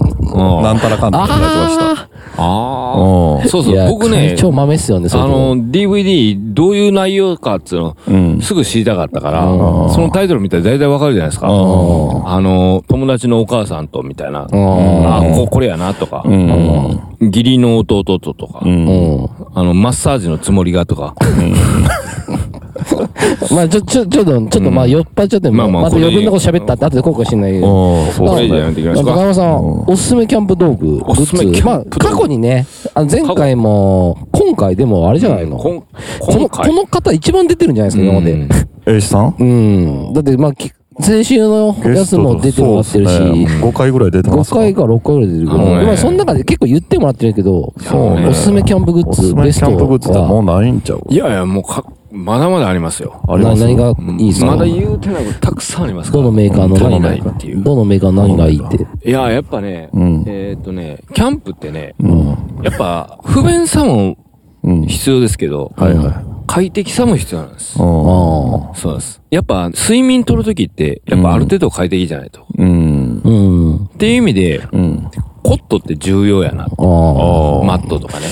B: なんたらかんたって書いてました。
D: あ
B: う
D: あ。そう
A: い
D: そう、
A: や
D: 僕ね、
A: 超豆っすよね、
D: あ
A: それ
D: の、DVD どういう内容かっていうの
B: ん。うん。
D: すぐ知りたかったから、
A: う
D: そのタイトル見たら大体わかるじゃないですか。
B: うん
D: あの、友達のお母さんとみたいな。
A: ん
D: あこ、これやなとか。
B: うん。
D: 義理の弟ととか。
B: うん。
D: あの、マッサージのつもりがとか。
A: まあちょ、ちょ、ちょっと、ちょっとまあ酔っ払っちゃって、
D: ま
A: ま
D: あ
A: あ
D: ま
A: ま
D: あ
A: た
D: これ
A: 余分なこと喋ったって後で後悔しないけど。
B: そう
D: こ
B: だ
D: れじゃ
B: ね。
D: やめていきましょう
A: 中
D: か。
A: 山さん
B: うん、
A: おすすめキャンプ道具、
D: おすすめ
A: グッズ
D: キ
A: ま
D: ャ
A: あ
D: ンプ道具
A: 過去にね、あの前回も、今回でもあれじゃないの
D: こ
A: こ
D: ん
A: の、
D: 今
A: こ
D: 回。
A: の方一番出てるんじゃないですか、今ま
D: うん
A: で。
B: エイシさん
A: うん。だって、まあ、き先週のやつも出てもらってるし、
B: 5回ぐらい出てます
A: 5
B: か
A: 回か6回ぐらい出てるけど、
D: うん
A: でまあその中で結構言ってもらってるけど、
B: そうね
A: おすすめキャンプグッ
B: おす
A: ズ、
B: すめ
A: ベ
B: キ
A: ス
B: ャ
A: ト
B: ンプグッズっても
A: は
B: うないんちゃう
D: いやいや、もうか、まだまだありますよ。
B: あります
A: な何がいいですか
D: まだ言うてないことたくさんありますから。
A: どのメーカーの
D: 足り
A: 何が
D: ないい
A: い
D: っていう。
A: どのメーカーの何がいいって。
D: いや、やっぱね、
B: うん
D: えーっとね、キャンプってね、
B: うん。
D: やっぱ、不便さも
B: うん。
D: 必要ですけど、
B: はいはい。
D: 快適さも必要なんで
B: う
D: す。
B: ん。
D: そうなんです。やっぱ、睡眠取るときって、やっぱある程度快適じゃないと。
B: うん。
A: うん。
D: っていう意味で、
B: うん。
D: コットって重要や
A: あ
D: な。
B: ああ。
D: マットとかね。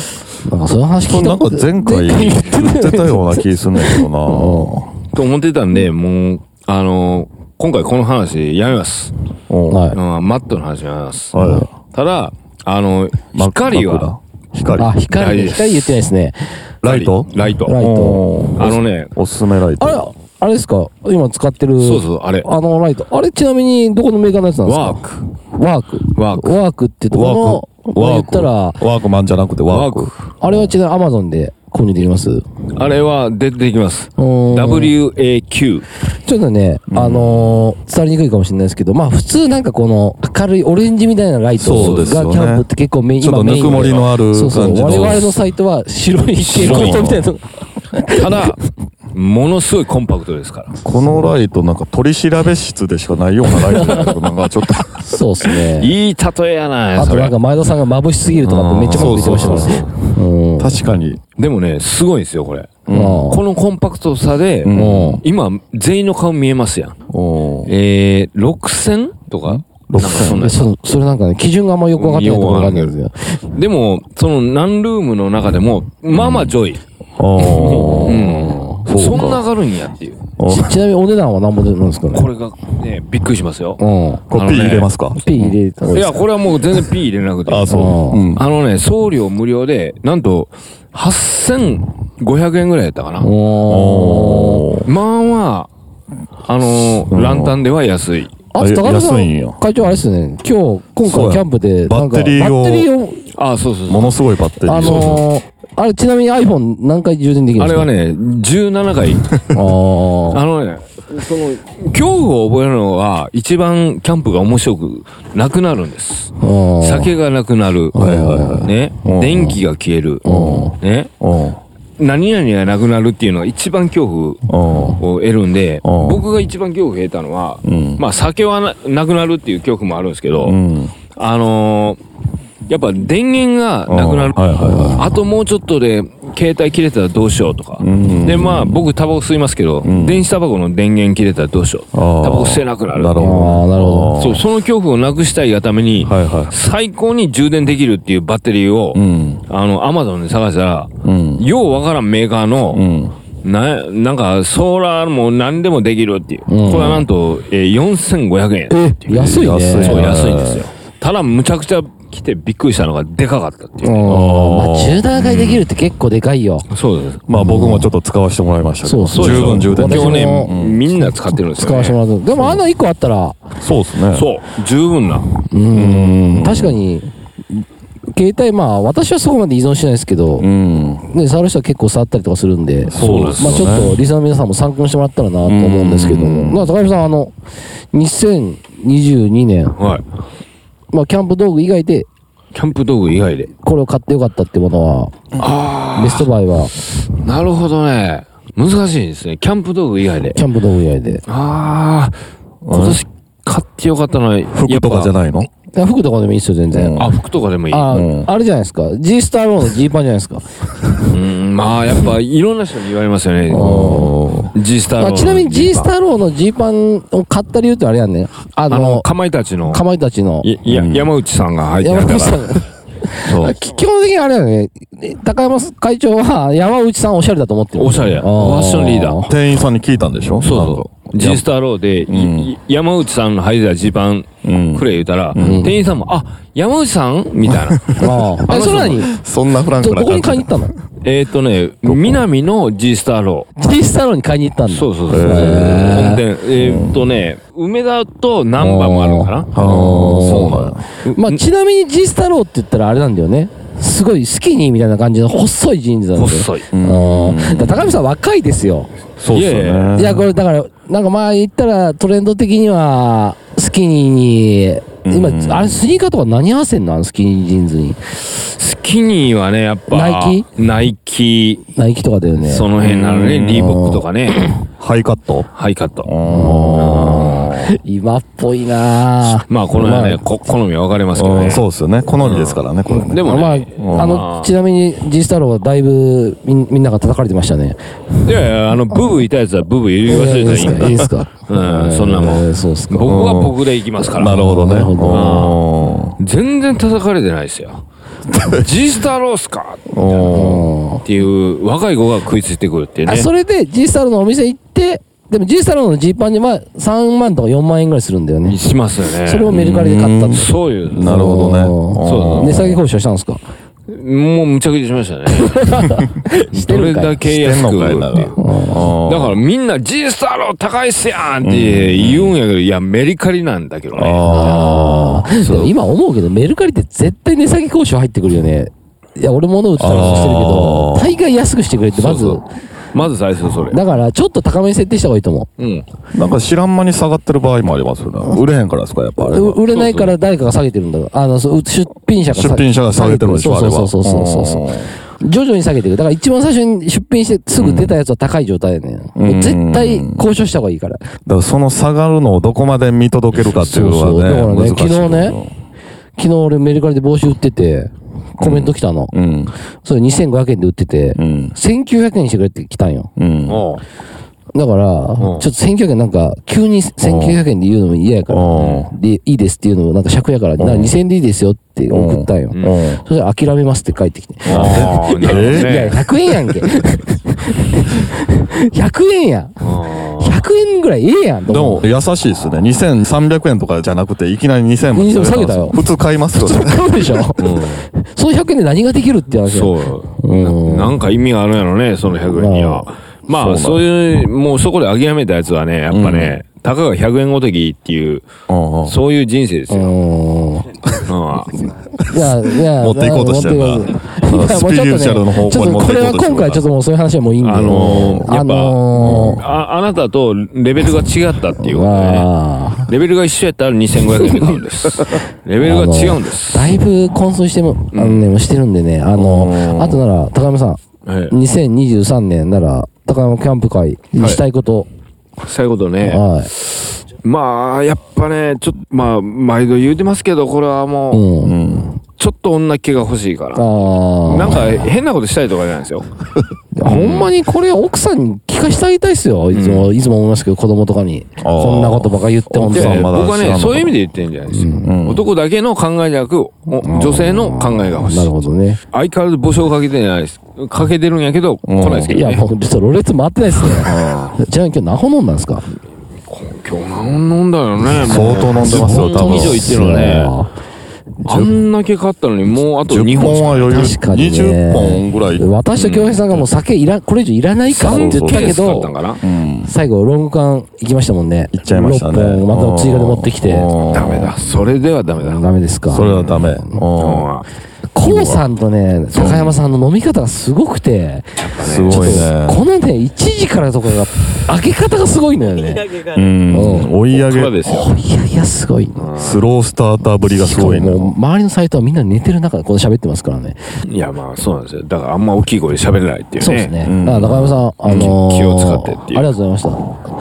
A: あ。なんかそういう話聞い
B: な
A: た
B: んか
A: こと
B: 前回言ってたような気すんねんけど な。
D: と思ってたんで、もう、あのー今回この話やめます。
B: うん
A: は
B: はい
D: うん、マットの話やめます。
B: い。
D: ただ、あの、光は、。
B: 光。
A: あ、
D: 大
A: 光
D: 事
A: ね、
D: です
A: 光言ってないですね。
B: ライト
D: ライト。
A: ライト
B: うん
D: あのね、
B: おすすめライ
A: あれ
B: ト。、
A: あれですか今使ってる。
D: そうそう、あれ。
A: あのライト。あれ、ちなみに、どこのメーカーのやつなんですか
D: ワーク。
A: ワーク。
D: ワーク
A: ワークってとこの、まあ言
B: ワー
A: っ
B: ク。
A: たら
B: ワ、ークマンじゃなくてワーク。
A: あれはちなみにアマゾンで購入できますう
D: あれは出てきます。
A: ーん
D: WAQ。
A: ちょっとね、あのー、伝わりにくいかもしれないですけど、まあ普通なんかこの明るいオレンジみたいなライト
B: そう
A: が
B: で
A: キ
B: すよね
A: ャンプって結構メイン、
B: ちょっと
A: 今メイン
B: ぬくもりのある
A: そうそう
B: 感じの
A: 我々のサイトは白い蛍光灯みたいなの。
D: ただ、ものすごいコンパクトですから。
B: このライトなんか取り調べ室でしかないようなライトだけど、なんかちょっと。
A: そうですね。
D: いい例えやな
A: あ
D: そ
A: と
D: れ
A: なんか前田さんが眩しすぎるとかってめっちゃ文句言ってましたからね。うん。
B: 確かに。
D: でもね、すごいんですよ、これ。
A: ま
D: このコンパクトさで、
B: ん
D: 今、全員の顔見えますやん。
B: おー
D: えー、6000とかなんかそんな
A: あ、そそれなんかね、基準があんまよくわかってないとこわかんないですよ。
D: でも、その何ルームの中でも、まあまあ上位。
B: お
D: う
B: ー
D: ん。
B: そうか
D: そんな上がるんやっていう。
B: おー
A: ちちなみにお値段は何ぼでなんですかね
D: これがね、びっくりしますよ。
A: うん。
B: これピー入れますか
A: P 入れた方が
D: い
A: いいです
D: や、これはもう全然 P 入れなくて。
B: あ、そう。
A: う
B: うん。
D: あのね、送料無料で、なんと、8500円ぐらいやったかな。
A: おー。
B: おー
D: まあまあ、あのー、ランタンでは安い。
A: あと、
B: あ
A: 高田さ
B: 安いんや
A: ん、会長あれですね、今日、今回
B: そうや
A: キャンプで、なんか、
B: バッテリーを
A: バッテリーを
D: あ、そうそうそ
B: も
D: う。
B: のすごいバッテリー。
A: あのー、あれ、ちなみに iPhone 何回充電できるん
D: あ
A: で
D: れ
A: すか
D: は、ね、17回。
A: あ
D: あのね、その、恐怖を覚えるのは、一番キャンプが面白くなくなるんです。
A: ーあー。
D: 酒がなくなる。
B: はいはいはい
D: ね
B: うん。
D: 電気が消える。ね。
B: うん。
D: 何々がなくなるっていうのが一番恐
B: うん。
D: 怖を得るんで、
B: うん
D: 僕が一番恐怖を得たのは、
B: ん
D: まあ酒はななくなるっていう恐怖もあるんですけど、
B: うん。
D: あのーやっぱ電源がなくなる。
B: うんはいはいは
D: あともうちょっとで携帯切れたらどうしようとか。
B: ん
D: で、まあ僕タバコ吸いますけど、電子タバコの電源切れたらどうしよう。タ
B: あー
D: バコ吸えなくなる。
B: なる
A: あ
B: ほ
A: ーなるほ
B: ど。
D: そう、その恐怖をなくしたいがために、
B: はいはい。
D: 最高に充電できるっていうバッテリーを、
B: うん。
D: あの、アマゾンで探したら、
B: うん。
D: ようわからんメーカー
B: う
D: の、
B: ん。
D: な、なんか、ソーラーも何でもできるっていう。これはなんと、えー4500円。
A: ど。安いね。
B: 安い
D: そう、安いんですよ。ただ、むちゃくちゃ来てびっくりしたのがでかかったっていう。
A: ま
B: あー
A: あ、中段階できるって結構でかいよ。
D: そうです。
B: まあ僕もちょっと使わせてもらいましたけど、
A: そうそう
B: 十分充電でき
A: 私
D: 今
A: も
D: 日
B: る。
D: ね、みんな使ってるんですよ、ね。
A: 使わせてもらうと。でもあんな1個あったら、
B: そうですね。
D: そう、十分な。
A: うん、確かに、携帯、まあ、私はそこまで依存しないですけど
B: う、ん。
A: ね、触る人は結構触ったりとかするんで、
B: そうです
A: ま
B: よ
A: あ
B: ね
A: ちょっとリスナーの皆さんも参考にしてもらったらなと思うんですけど
B: うん
A: も、まあ高橋さん、あの、2022年、
D: はい。
A: まあキャンプ道具以外で、
D: キャンプ道具以外で。
A: これを買ってよかったってものは、ベストバイは、
D: なるほどね。難しいですね。キャンプ道具以外で。
A: キャンプ道具以外で。
D: ああ、今年買ってよかったのは、
B: 服とかじゃ
D: い。
B: ないの
A: あ服とかでもいいですよ、全然。
D: あ、服とかでもいい。
A: あ、
B: うん
A: あれじゃないですか。G スターローのジーパンじゃないですか。
D: うん、まあ、やっぱ、いろんな人に言われますよね。G スターロー
A: あ
D: の
A: ちなみに G スタ
D: ー
A: ーローのジーパンを買った理由ってあれやんね。あ
D: あの、
A: の、
D: かまいたちの、
A: かまいたちの。
D: いいや、山内さんが入って
A: 山
D: たか
A: 内さ
D: ら。
A: ん。
D: そう。
A: き基本的にあれだよね。で高山会長は山内さんおしゃれだと思ってる。
D: おしゃれや
A: あー
D: ファッションリーダー
B: 店員さんに聞いたんでしょ
D: そうそう。G スターローで、いい山内さんの履いてたジーパン
B: うん
D: くれ言うたら、店員さんも、あ、山内さんみた いな。
A: あ ーえ、それなに
B: う。そんなフランク
A: ど
B: な
A: こ
B: 感
A: に買い
B: じ
A: に行。ったの
D: えっとね、南の G スターロー。
A: ?G スタローに買いに行ったんだ。
D: そうそうそう。本店。えーっとね、梅田と難波もあるのかな
B: ああ、そうなんや。
A: まあ、ちなみに G スタローって言ったらあれなんだよね。すごいスキニーみたいな感じの細いジーンズなんだよ。
D: 細い。
A: あーだから高見さん若いですよ。
B: そうっす
D: いやいや
B: よね。
A: いや、これだから、なんかまあ言ったらトレンド的には、スキニーに、今、あれスニーカーとか何合わせんのあのスキニージーンズに。
D: スキニーはね、やっぱ、
A: ナイ
D: キナイキ、
A: ナイキとかだよね。
D: その辺なのね、リーボックとかね、
B: ハイカット
D: ハイカット。
A: 今っぽいなぁ
D: まあ、この辺はね、こ好みは分かれますけど
B: うん
D: ね。
B: そうっすよね。好みですからね、これね。
D: でも
A: まあ、
D: ね、
A: あの、ちなみに G スタローはだいぶみんみんなが叩かれてましたね。
D: いやいや、あの、ブブいたやつはブブ言い忘れたらいいん
A: いい
D: で
A: ですか
D: うんそんなもん
A: えーそうっすか。
D: 僕は僕で行きますから。
B: なるほどね。
A: なるほど
B: お
D: 全然叩かれてないですよ。G スターロースか
B: ーお
D: っていう、若い子が食いついてくるっていう
A: あ、
D: ね。
A: それで G スタローのお店行って、でも G スタローのジーパンには3万とか4万円ぐらいするんだよね。
D: しますよね。
A: それをメルカリで買ったんだ。
D: そういう。
B: ーなるほどね。
D: そ
B: おー
A: 値下げ交渉したんですか
D: もうむちゃくちゃしましたね。
A: て
D: どれ
A: るんかい
D: だけ安く売るっていう。だからみんな G スターロー高いっすやんって言うんやけど、いや、メリカリなんだけどね。
A: ああ。でも今思うけど、メルカリって絶対値下げ交渉入ってくるよね。いや、俺物売ってたらそうしてるけど、大概安くしてくれって、まず
D: そ。うまず最初それ。
A: だから、ちょっと高めに設定した方がいいと思
D: うん。
B: なんか知らん間に下がってる場合もありますよね。売れへんからですか、やっぱあれ
A: う。
B: は。
A: 売れないから誰かが下げてるんだよあの、そう出品者が
B: 出品者が下げてるんでしょ、あ
A: そ
B: れ
A: う
B: は。
A: そうそうそうそうそう。徐々に下げていく。だから一番最初に出品してすぐ出たやつは高い状態だよね。もう絶対交渉した方がいいから。
B: だからその下がるのをどこまで見届けるかっていうの
A: そうそうだから
B: は
A: ね
B: ね、難しいよね。
A: 昨昨日俺メルカリで帽子売ってて、コメント来たの。
B: うん。
A: それ2500円で売ってて、
B: うん。
A: 1900円にしてくれって来たんよ。
B: うん。
D: おう
A: だから、ちょっと1900円なんか、急に1900円で言うのも嫌やから、
B: う
A: で、いいですっていうのもなんか尺やから、なんか2000円でいいですよって送ったんよ。
B: ん。
A: そしたら諦めますって帰ってきて。
D: あーなるほど
A: いや、
D: ね。
A: 100円やんけ。100円やん。100円ぐらいええやんと
B: で
A: 思
B: も、
A: う。
B: 優しいですね。2300円とかじゃなくて、いきなり2000も
A: 下げたよ
B: 普通買いますよね。
A: そうでしょ、その100円で何ができるって話よ
D: そう
A: うん
D: な。なんか意味があるんやろね、その100円には。まあ、そういう、もうそこで諦めたやつはね、やっぱね、たかが100円ごときっていう、
B: うんうん
D: そういう人生です
A: う
D: よ。
A: ーん。
D: うん
A: いや、いや、
B: 持っていこうとしてるな
A: 持っていこうとしてる
B: スピリチュアルの方向に持っていこうとしてるな
A: ちょっとこれは今回はちょっともうそういう話はもういいんで。
D: あのーやっぱ
A: あのー
D: ああなたとレベルが違ったっていうことでね。
A: あー
D: レベルが一緒やったら2500円で買うんです。レベルが違うんです。
A: だいぶ混沌しても、あのね、してるんでね、あのー、あとなら、高山さん、
D: ええ
A: 2023年なら、高山キャンプ会にしたいこと、
D: そういうこと
A: はい。
D: ね。まあ、やっぱね、ちょっと、まあ、毎度言うてますけど、これは
A: う
D: もう、
A: ん。
D: ちょっと女気が欲しいから。
A: ああ。
D: なんか変なことしたいとかじゃないんですよ。
A: ほんまにこれ奥さんに聞かしてあげたいっすよ。いつも、いつも思いますけど、子供とかに。
B: ー
A: こんなことばっか言っても
D: で、
B: 奥さん
A: さ。
B: まだ
D: 僕は
B: 知らんの
D: ね、
B: か
D: そういう意味で言ってるんじゃないですよ。男だけの考えじゃなく、お女性の考えが欲し
A: なる
D: い。
A: ほどね。
D: 相変わらず募集をかけてないです。かけてるんやけど、来ないですけ
A: い
D: ど
A: や、
D: ね。
A: もう、ちょっとろれつ回ってないっすね。じゃあ今日何本飲んだんですか
D: 今日何飲んだよね。もう
B: 相当飲んでますよ、多
D: 10本以上
B: 分。
D: 行ってるのね。
A: そう
D: あんだけ買ったのに、もうあと2
B: 10
D: 本
B: 本
D: しか
B: は余裕。
A: 確かにね
B: 20本ぐらい。
A: 私と京平さんがもう酒いら、これ以上いらないからって言った
D: ケ
A: け
D: ースだっ
A: ど
D: たん、かな
B: うん。
A: 最後ロング缶行きましたもんね。
B: いっちゃいましたね。
A: 6本また追加で持ってきて。
B: うん
D: ダメだ。。それではダメだ。
A: ダメですか。
B: それはダメ。
D: うん
A: コウさんとね、高山さんの飲み方がすごくて、
B: すごいね。
A: このね、1時からとかが、開け方が すごいのよね。
B: うん
A: うん
B: 追い上
D: そ
B: げ、
D: うですよ。
A: いやいや、すごい。
B: スロースターターぶりがすごい
A: し
B: ね
A: か。ももう周りのサイトはみんな寝てる中でこの喋ってますからね。
D: いや、まあそうなんですよ。だからあんま大きい声で喋れないっていうね。
A: そうですね。
B: うん
A: だから中山さん、あのー、
D: 気を使ってっていう
A: ありがとうございま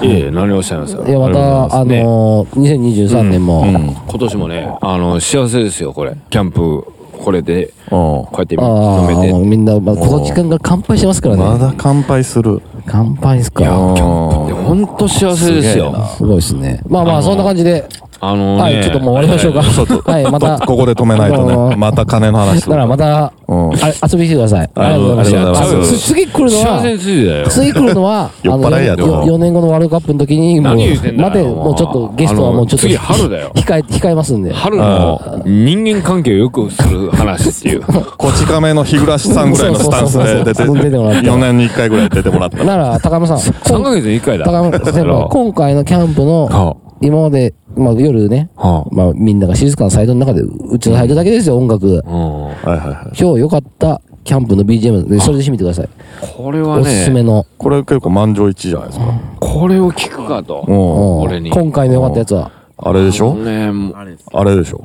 A: し
D: いえいえ、何をおっしゃいます
A: た。いや、
D: か。
A: また、あ
D: ありが
A: のー、2023年も、
D: 今年もね、あの、幸せですよ、これ。キャンプ、これで、こうやって
A: あ
D: 飲め
A: あ
D: て。い
A: ー、みんな、まあ、この時間が乾杯してますか
B: う
A: ら
B: ん。
A: ね。
B: まだ乾杯する。
A: 乾杯です
D: や、キ
A: か。
D: ャンプってほんと幸せですよ。
A: すごいですね。まあまあ、
D: あのー
A: そんな感じで、
D: あのね、
A: はい、ちょっともう終わりましょうか。はい、また
B: と、ここで止めない
A: あ
B: と
A: の
B: ね。
A: ー
B: また金の話す
A: だか
B: る
A: らまた、
B: うん
A: あれ遊びに来てください。あ
B: あ
A: りが
B: り
A: とうご
B: が
A: ざ
B: とうござ
A: い
B: い
A: ま
B: ますす
A: あす。次来るの
D: 幸せに
A: は、
D: ついてだよ。
A: 次来るの は、あ
B: 酔っ
A: の、
B: 払いやでも
A: 4年後のワールドカップの時に、もう、
D: 何言うてんだよ
A: 待て、もうちょっとゲストはもうちょっと、
D: あの次春だよ
A: 控え、控えますんで。
D: 春の人間関係を良くする話っ ていう。
B: こち亀の日暮さんぐらいのスタンスで出て、
A: そうそうそうそう出てもらって
B: 4年に1回ぐらい出てもらった。
A: なら、高山さん、
D: 3ヶ月に1回だ。
A: 高山先輩、今回のキャンプの、
D: は
A: 今まで、まあ夜ね、
D: あ、は
A: まあみんなが静かなサイトの中で、うちのサイトだけですよ、音楽。
D: あ、うん。
B: はいはいはい。
A: 今日良かったキャンプの BGM で、それで締めてください。
D: これは
A: おすすめ
D: ね、
A: の。
B: これ結構満場一致じゃないですか。
D: これを聞くかと。
B: うん。
A: うん
D: 俺に
A: 今回の良かったやつは、
B: あれでし
D: あの
B: ょ
D: ね、もう
B: あれでしょ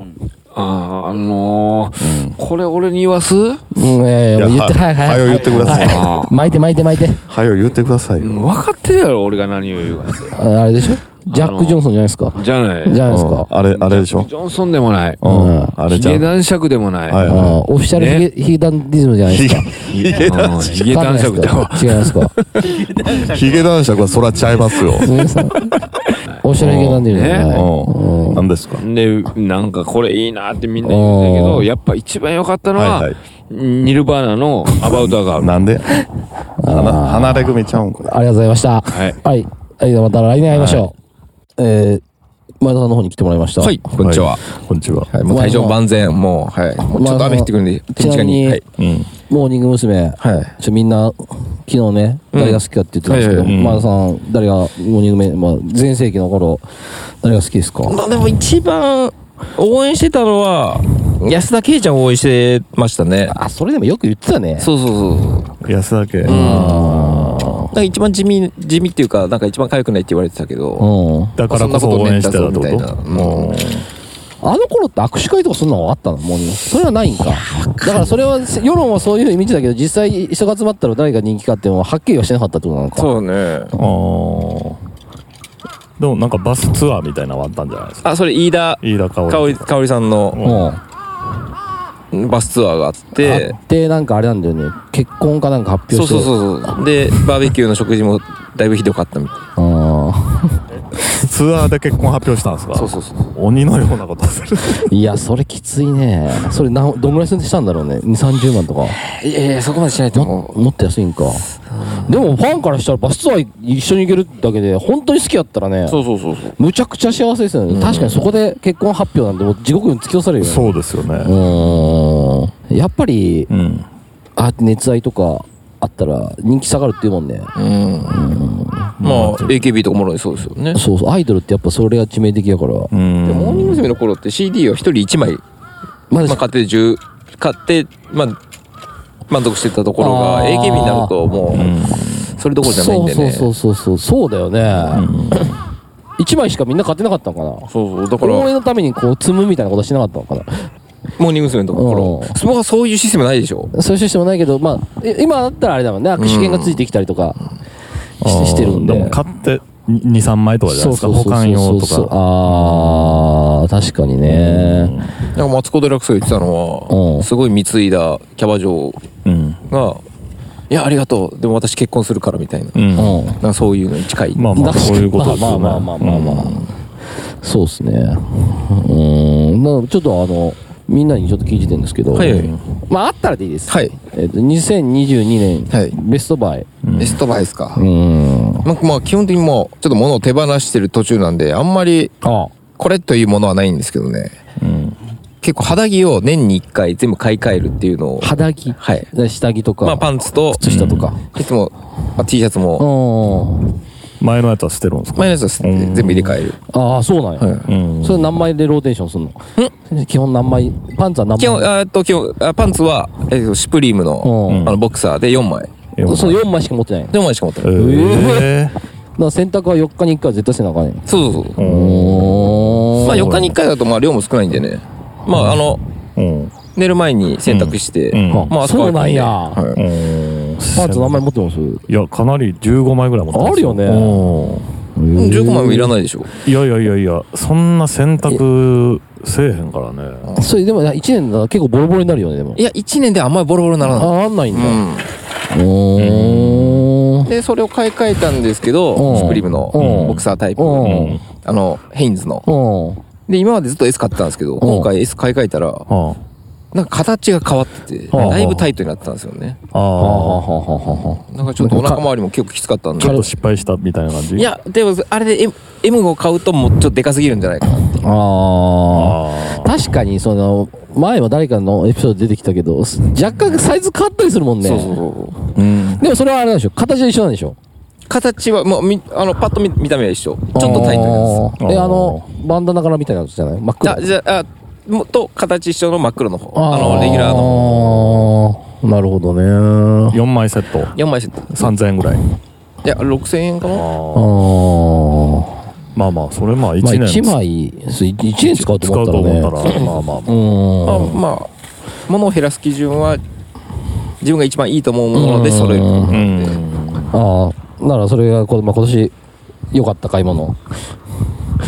D: あーあのーこれ俺に言わす
A: うん、いやいや、もう言って、
B: いや
A: はいはい。
B: はよ言ってください
A: は巻いて巻いて巻いて。
B: はよ言ってください
D: うん
B: よ。
D: 分かってるやろ、俺が何を言うかって。
A: ああれでしょジャック・ジョンソンじゃないですか。
D: じゃない。
A: じゃ
D: ジ
A: な
B: う
A: いですか
B: ん。あれ、あれでしょ
D: ョンソンでもない。
B: うん。あれ
D: ヒ
B: じゃ
D: ゲ
B: ん。
D: 男爵でもない。
B: はい
A: ああオフィシャルヒゲ,、ヒゲダンディズムじゃないですか。
B: ヒゲ男
D: うんヒゲ男爵だわ。
A: 違いますか。違いますか。
B: 爵。ヒゲ男爵はそらちゃいますよ。
A: すみません。オフィシャルヒゲダンディズムじゃない。
B: うん。何ですか
D: で、なんかこれいいなってみんな言うんだけ
A: お
D: ど、
A: ー
D: やっぱ一番良かったの
B: は
D: はい
B: はい、
D: ニルバーナのアバウトアガール。
B: なんで離離れ組ちゃうんこれ。
A: ありがとうございました。
D: はい。
A: はい。はい、ではまた来年会いましょう。えー、前田さんの方に来てもらいました。
C: はい、。こんにちは。
B: こんにちは。
C: はい、もう体調万全、もう、はい。もうちょっと雨降ってくるんで、
A: ち
C: 天
A: なみ
C: 気が
A: に、
C: に。はい。
B: うん。
A: モーニング娘。
C: はい。
A: ちょみんな、昨日ね、誰が好きかって言ってたんですけど、
C: うん
B: はいはい
A: 前田さん、誰が、モーニング娘。まあ、前世紀の頃、誰が好きですか
C: まあでも一番応援してたのは、安田圭ちゃんを応援してましたね。
A: あ、それでもよく言ってたね。
C: そうそうそうそう。
B: 安田家。
C: なんか一番地味、地味っていうか、なんか一番可愛くないって言われてたけど、
A: うん。
B: だからこそ応援してたってこと
C: そんなことね
B: うん
A: あの頃って握手会とかそんなのあったのもうそれはないんか。だからそれは、せ世論はそういうイメージだけど、実際人が集まったら誰が人気かっていうのははっきりはしてなかったってことなのか。
C: そうね。
B: あーでもなんかバスツアーみたいなのはあったんじゃないですか。
C: あ、それ飯田
B: 飯田香
C: 香織
B: 織。
C: 香織さんの
A: うん。
C: バスツアーがあっ
A: で
C: て、、
A: で、なんかあれなんだよね。結婚かなんか発表
C: そう
A: して。
C: そうそうそう。で、バーベキューの食事もだいぶひどかったみたい。
A: う。あ
B: ツアーで結婚発表したんですか
C: そうそうそう。
B: 鬼のようなことする。
A: ーいや、それきついね。それな、どんぐらいしたんだろうね。2、30万とか。
C: いやいや、そこまでしないと
A: も
C: 思
A: もっと安いんか。でもファンからしたらバスツアー一緒に行けるだけで、本当に好きだったらね
C: う。、そうそうそうそう。
A: むちゃくちゃ幸せですよね。確かにそこで結婚発表なんてもう地獄に突き落とされるよね。
B: そうですよね。
A: うーんやっぱり、
B: うん。
A: あ熱愛とかあったら人気下がるっていうもんね。
C: うん。まあ、AKB とかもろにそうですよね。
A: そうそう、アイドルってやっぱそれが致命的やから。
B: うん。
C: でモーニング娘。の頃って CD を一人一枚、
A: ま
C: まあ、買って10買って、まあ、満足してたところ
A: あ
C: が
A: ー
C: AKB になるとも
B: うん
C: うそれどころじゃない
A: そ
C: ん
A: う
C: で
A: そう
C: ね
A: そうそうそう、そうだよね。一、枚しかみんな買ってなかったのかな。
C: そうそうだか
A: こ
C: ら
A: れのためにこう積むみたいなことはしてなかったのか
C: モーニング娘。の頃
A: うん
C: そこはそういうシステムないでしょ
A: な。そういうシステムないけど、まあ、え今だったらあれだもんね、握手券がついてきたりとかしてしてるんで。
B: あーも買って2、3枚とかじゃないですか。保管用とか。
A: ああ、確かにね。
C: なんかマツコ・デラックスが言ってたの
A: うん
C: はすごい貢いだキャバ嬢
B: うん。
C: が「いやありがとうでも私結婚するから」みたいな
B: う。
A: うんん。
C: なんかそういうのに近い
B: まあまあ、
A: 確かに
B: そういうことですよね。
A: まあまあまあまあまあ、
B: うん
A: そうですねうーんなちょっとあのみんなにちょっと聞いててんですけど、
C: はいはい
A: まああったらでいいです、
C: はい
A: えっと2022年、
C: はい
A: ベストバイ
C: ベストバイですか
A: うーん
C: なんかまあ基本的にもうちょっと物を手放してる途中なんであんまり
A: あ
C: これというものはないんですけどね
B: うん
C: 結構肌着を年に1回全部買い替えるっていうのを。
A: 肌着
C: はい。
A: で下着とか、
C: まあパンツと、
A: 靴下とか、
C: いつも、まあ、T シャツも、
A: うん
B: 前のやつは捨てるんですか
C: 前のやつは捨てて
B: うん
C: 全部入れ替える。
A: ああそうなんや、
B: うん
A: それ何枚でローテーションするの基本何枚パンツは何枚
C: 基本、あーっと、基本、あパンツは、えーと、シュプリームの、
A: うん
B: ん
C: あの、ボクサーで4枚。
A: そう4枚しか持ってないのだか
C: 4枚しか持って
B: え
C: ない。
B: え
A: ら洗濯は4日に1回は絶対せなあかんねん
C: そうそうそう。
A: お
C: まあ4日に1回だと、まあ量も少ないんでね。まああの、
B: うん
C: 寝る前に洗濯して、
B: うん
C: まあ
A: そうなんや
C: あそこははい
B: うん
A: パンツ何枚持ってます
B: いやかなり15枚ぐらい持ってます
A: あるよね
B: うん
C: うん15枚もいらないでしょ。
B: いやいやいやいやそんな洗濯せえへんからね
A: それでも1年だ結構ボロボロになるよねでも
C: いや、1年であんまりボロボロにならない。
A: ああんないんだ、
C: う
A: お
C: ん。で、それを買い替えたんですけど、
A: うん
C: スプリームの
A: うん
C: ボクサータイプ。
A: う
B: うんん
C: あの、ヘインズの。
A: お
C: で、今までずっと S 買ってたんですけど、今回 S 買い替えたら、
B: は
C: なんか形が変わってて、
B: うん
C: だいぶタイトになってたんですよね。
B: あ
A: はあは
B: ああ
A: あはあはあは
C: なんかちょっとお腹周りも結構きつかったんで
B: ちょっ。と失敗したみたいな感じ
C: いや、でも、あれで M, M を買うともうちょっとでかすぎるんじゃないかな。
A: ああ
B: あ
A: 確かにその前は誰かのエピソード出てきたけどす若干サイズ変わったりするもんね
C: そうそうそう。うん。
A: でもそれはあれなんでしょ形は一緒なんでしょ
C: 形は、もう、み、あの、パッと見、見た目は一緒。ちょっとタイトになって
A: あーえあのバンダナ柄みたいなやつじゃない真っ黒
C: た。じゃあ、あ、もっと形一緒の真っ黒の方。
A: ー
C: あの、レギュラーの。
A: なるほどね
B: 4枚セット
C: 4枚セット。
B: 3000円ぐらい
C: いや、6000円かな
A: あー
B: まあまあそれまあ1
A: まあ
B: 年
A: 1枚1年使うと
B: 使
A: 思
B: う
A: った
B: と
A: らね
B: 思ったらまあまあま
A: う
C: まあ、
A: ん
C: まあ、物を減らす基準は、自分が一番いいと思うもので揃える。
B: あう
A: うんああならそれがこ、まあ、今年良かった買い物
B: も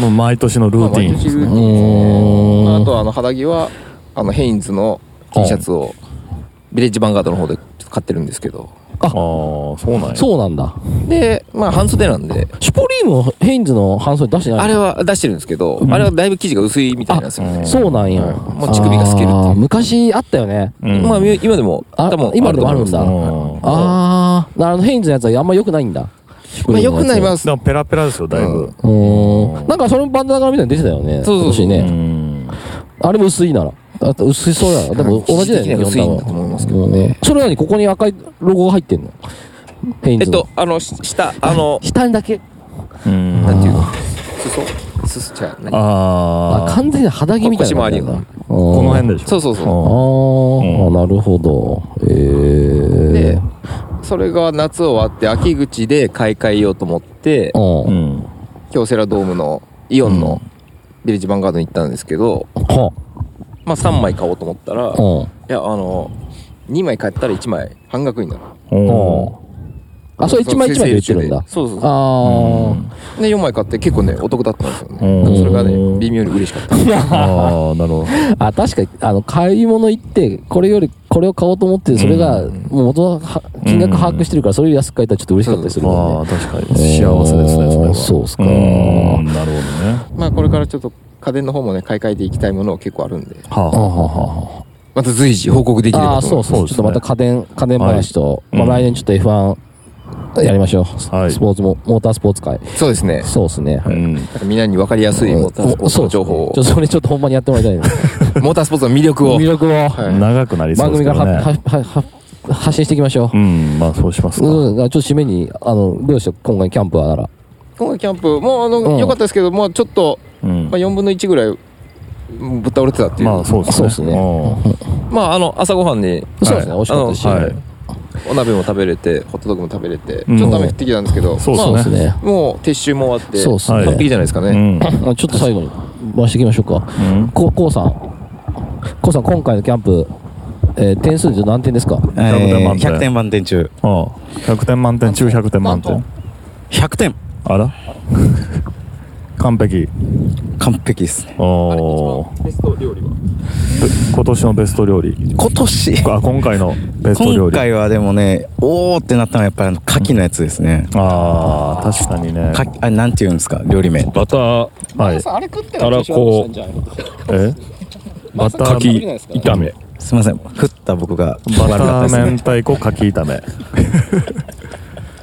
B: う毎年のル
C: まあ
B: ーティ
C: 毎日
B: ン
C: ルーティンですねまああとは、あの、肌着は、あの、ヘインズの T シャツを、ビレッジヴァンガードの方でちょっと買ってるんですけど。
B: ああそうなんや
A: そうなんだ
C: で、まあ、半袖なんで、
A: シュポリームをヘインズの半袖出してないの
C: あれは出してるんですけど、あれはだいぶ生地が薄いみたいなんですよね。
A: そうなんや、
C: もう乳首が透けるっていう
A: あー昔あったよね
B: うん
C: まあ、み今でも、
A: あ
C: 多分
A: 今でもあるんだ
C: と思いま
B: う
C: す
B: ん
A: ああなるほどヘインズのやつはあんま良くないんだ
C: まあ、よくなりますす
B: で。もペラペラですよだいぶ
A: うーんなんかそれもバンダナ柄みたいに出てたよね
C: そうそうそう
A: 今年
B: う
A: ね、
B: ん
A: あれも薄いならあと薄いそうだなでも同じだよね
C: 生地的には薄いんだ
A: 基
C: と
A: 本
C: 思いますけ
A: 多
C: ど
A: 分
C: ね。
A: それなにここに赤いロゴが入ってんのヘイン
C: えっ
A: ズの
C: と、あの、し下、あの、
A: 下にだけ
B: うん
C: なんていうの裾裾ちゃう何
A: あ
B: ああ
A: 完全に肌着みたいな
C: 腰回りの
B: こ
A: こ
B: の辺でしょ
C: そうそうそう。
A: あー、あなるほどえ
C: で
A: ー、
C: それが夏終わって、秋口で買い替えようと思って、
A: うん、
B: う
A: は
B: ん
C: 京セラドームのイオンのビレッジヴァンガードに行ったんですけど、まあ3枚買おうと思ったら、い
A: うん
C: や、あの、2枚買ったら1枚半額になる。
B: うん
A: あそれ一枚一枚で売ってるんだ
C: そうそうそ
A: あ
C: う。で、4枚買って結構ね、お得だったんですよね。
B: うん
C: それがね、微妙に嬉しかった。
B: ああなるほど
A: ーあ確かにあの買い物行ってこれよりこれを買おうと思ってそれが
C: うん
A: もう元のは金額把握してるからそれより安く買えたらちょっと嬉しかったりする
B: ま
A: も
B: あ
A: んね
B: 確かに幸せですねそれ
A: あー
B: は
A: そうっすか
B: うんなるほどね
C: まあこれからちょっと家電の方もね、買い替えていきたいもの結構あるんで、
B: は
A: あー
B: あ
A: はは
C: また随時報告できれ
A: あー
C: ばと
A: そう
C: 思います。
A: そう
B: そうで
A: ちょっと
B: すね
A: また家電家電話と、
B: はい
A: まあ、
B: うん
A: 来年ちょっと F1 やりましょう、
B: はい
A: スポーツもモータースポーツ界
C: そうですね。
A: そうですね、
B: うん
C: なんかみんなに分かりやすいモータースポーツの情報を
A: ちょ、っとそれちょっとほんまにやってもらいたいね
C: モータースポーツの魅力を
A: 魅。力を、
C: はい
B: 長くなりそ
A: 番
B: うです
A: 組
B: け
A: から
B: ど
A: は
B: ね
A: ははは発信していきましょ
B: う
A: う。
B: んまあそうしますか
A: うん、ちょっと締めに、あの、どうでした今回キャンプはなら。
C: 今回キャンプ、もうあ
A: うん
C: の、良かったですけど、もうちょっと、
B: うん
C: まあ4分の1ぐらい、ぶっ倒れてたっていう。
B: まあそうです
A: そう
B: ね
A: ですね
B: うん
C: まああの、朝ごはんに、
A: そうですね、美味しかったし。
B: あのはい
C: お鍋も食べれて、ホットドッグも食べれて、
B: うん
C: ちょっと雨降ってきたんですけど、
B: そうですね
A: そうですね。
C: まあもう撤収も終わって、
A: そうです
B: は
A: ね。
B: い
C: 完璧じゃないですか
B: う
C: ね。
B: ん
A: あちょっと最後に回していきましょうか。
B: うん
A: ここうさん。こうさん、今回のキャンプ、えー点数で何点ですか
F: え
B: 100点
F: ー
B: 満点
F: 100点満点中。
B: ああ100点満点中100点満点
F: 100点
B: あら 完璧
F: 完璧ですね。
B: おお
C: ベスト料理は
B: 今年のベスト料理
F: 今年
B: あ今回のベスト料
F: 今
B: 理
F: 回はでもね、おーってなったのはやっぱりあの牡蠣のやつですね。
B: ああ確かにね
F: 牡蠣、あれなんて言うんですか料理名。
B: バターはい
C: あれ食って
B: たらこうえバター
C: 柿炒め
F: すみません。振った僕が
B: バ
F: 悪か
B: タ
F: った
B: ー
F: で
B: 明
F: すね。
B: 太子かき炒め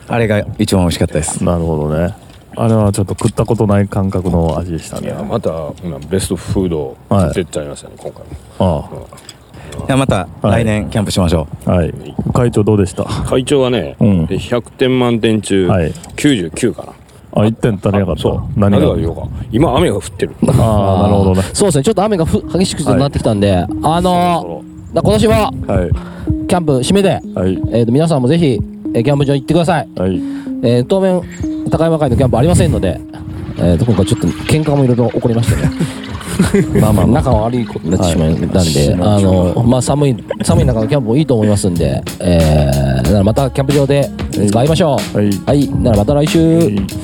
F: あれが一番美味しかったです。
B: なるほどねあれはちょっと食ったことない感覚の味でした
D: い
B: ね。
D: やまたほなベストフード
B: はい
D: 出てっちゃいましたね、今回も
B: あ
F: じゃあまた
B: はい
F: 来年キャンプしましょ
B: あはい。会長どうでした
D: 会長はね、
B: うん
D: で100点満点中、
B: はい
D: 99かな
B: あ、一点足りなかった。
D: そう
B: 何
D: 何
B: が
D: が言おうか今雨が降ってる
B: ああ、なるほどね。
A: そうですね、ちょっと雨がふ激しくなってきたんで、あのー、だ今年は
B: はい。
A: キャンプ締めで、
B: はい。
A: えーと皆さんもぜひ、えーキャンプ場行ってください。
B: はい。
A: えー当面、高山会のキャンプありませんので、えーと今回ちょっと喧嘩もいろいろ起こりましてね。 まあまあ、仲悪いことになってしまったんで、あの、まあ寒い、寒い中のキャンプもいいと思いますんで、えー、ならまたキャンプ場でえー会いましょう。
B: はい
A: はい、ならまた来週。
B: はい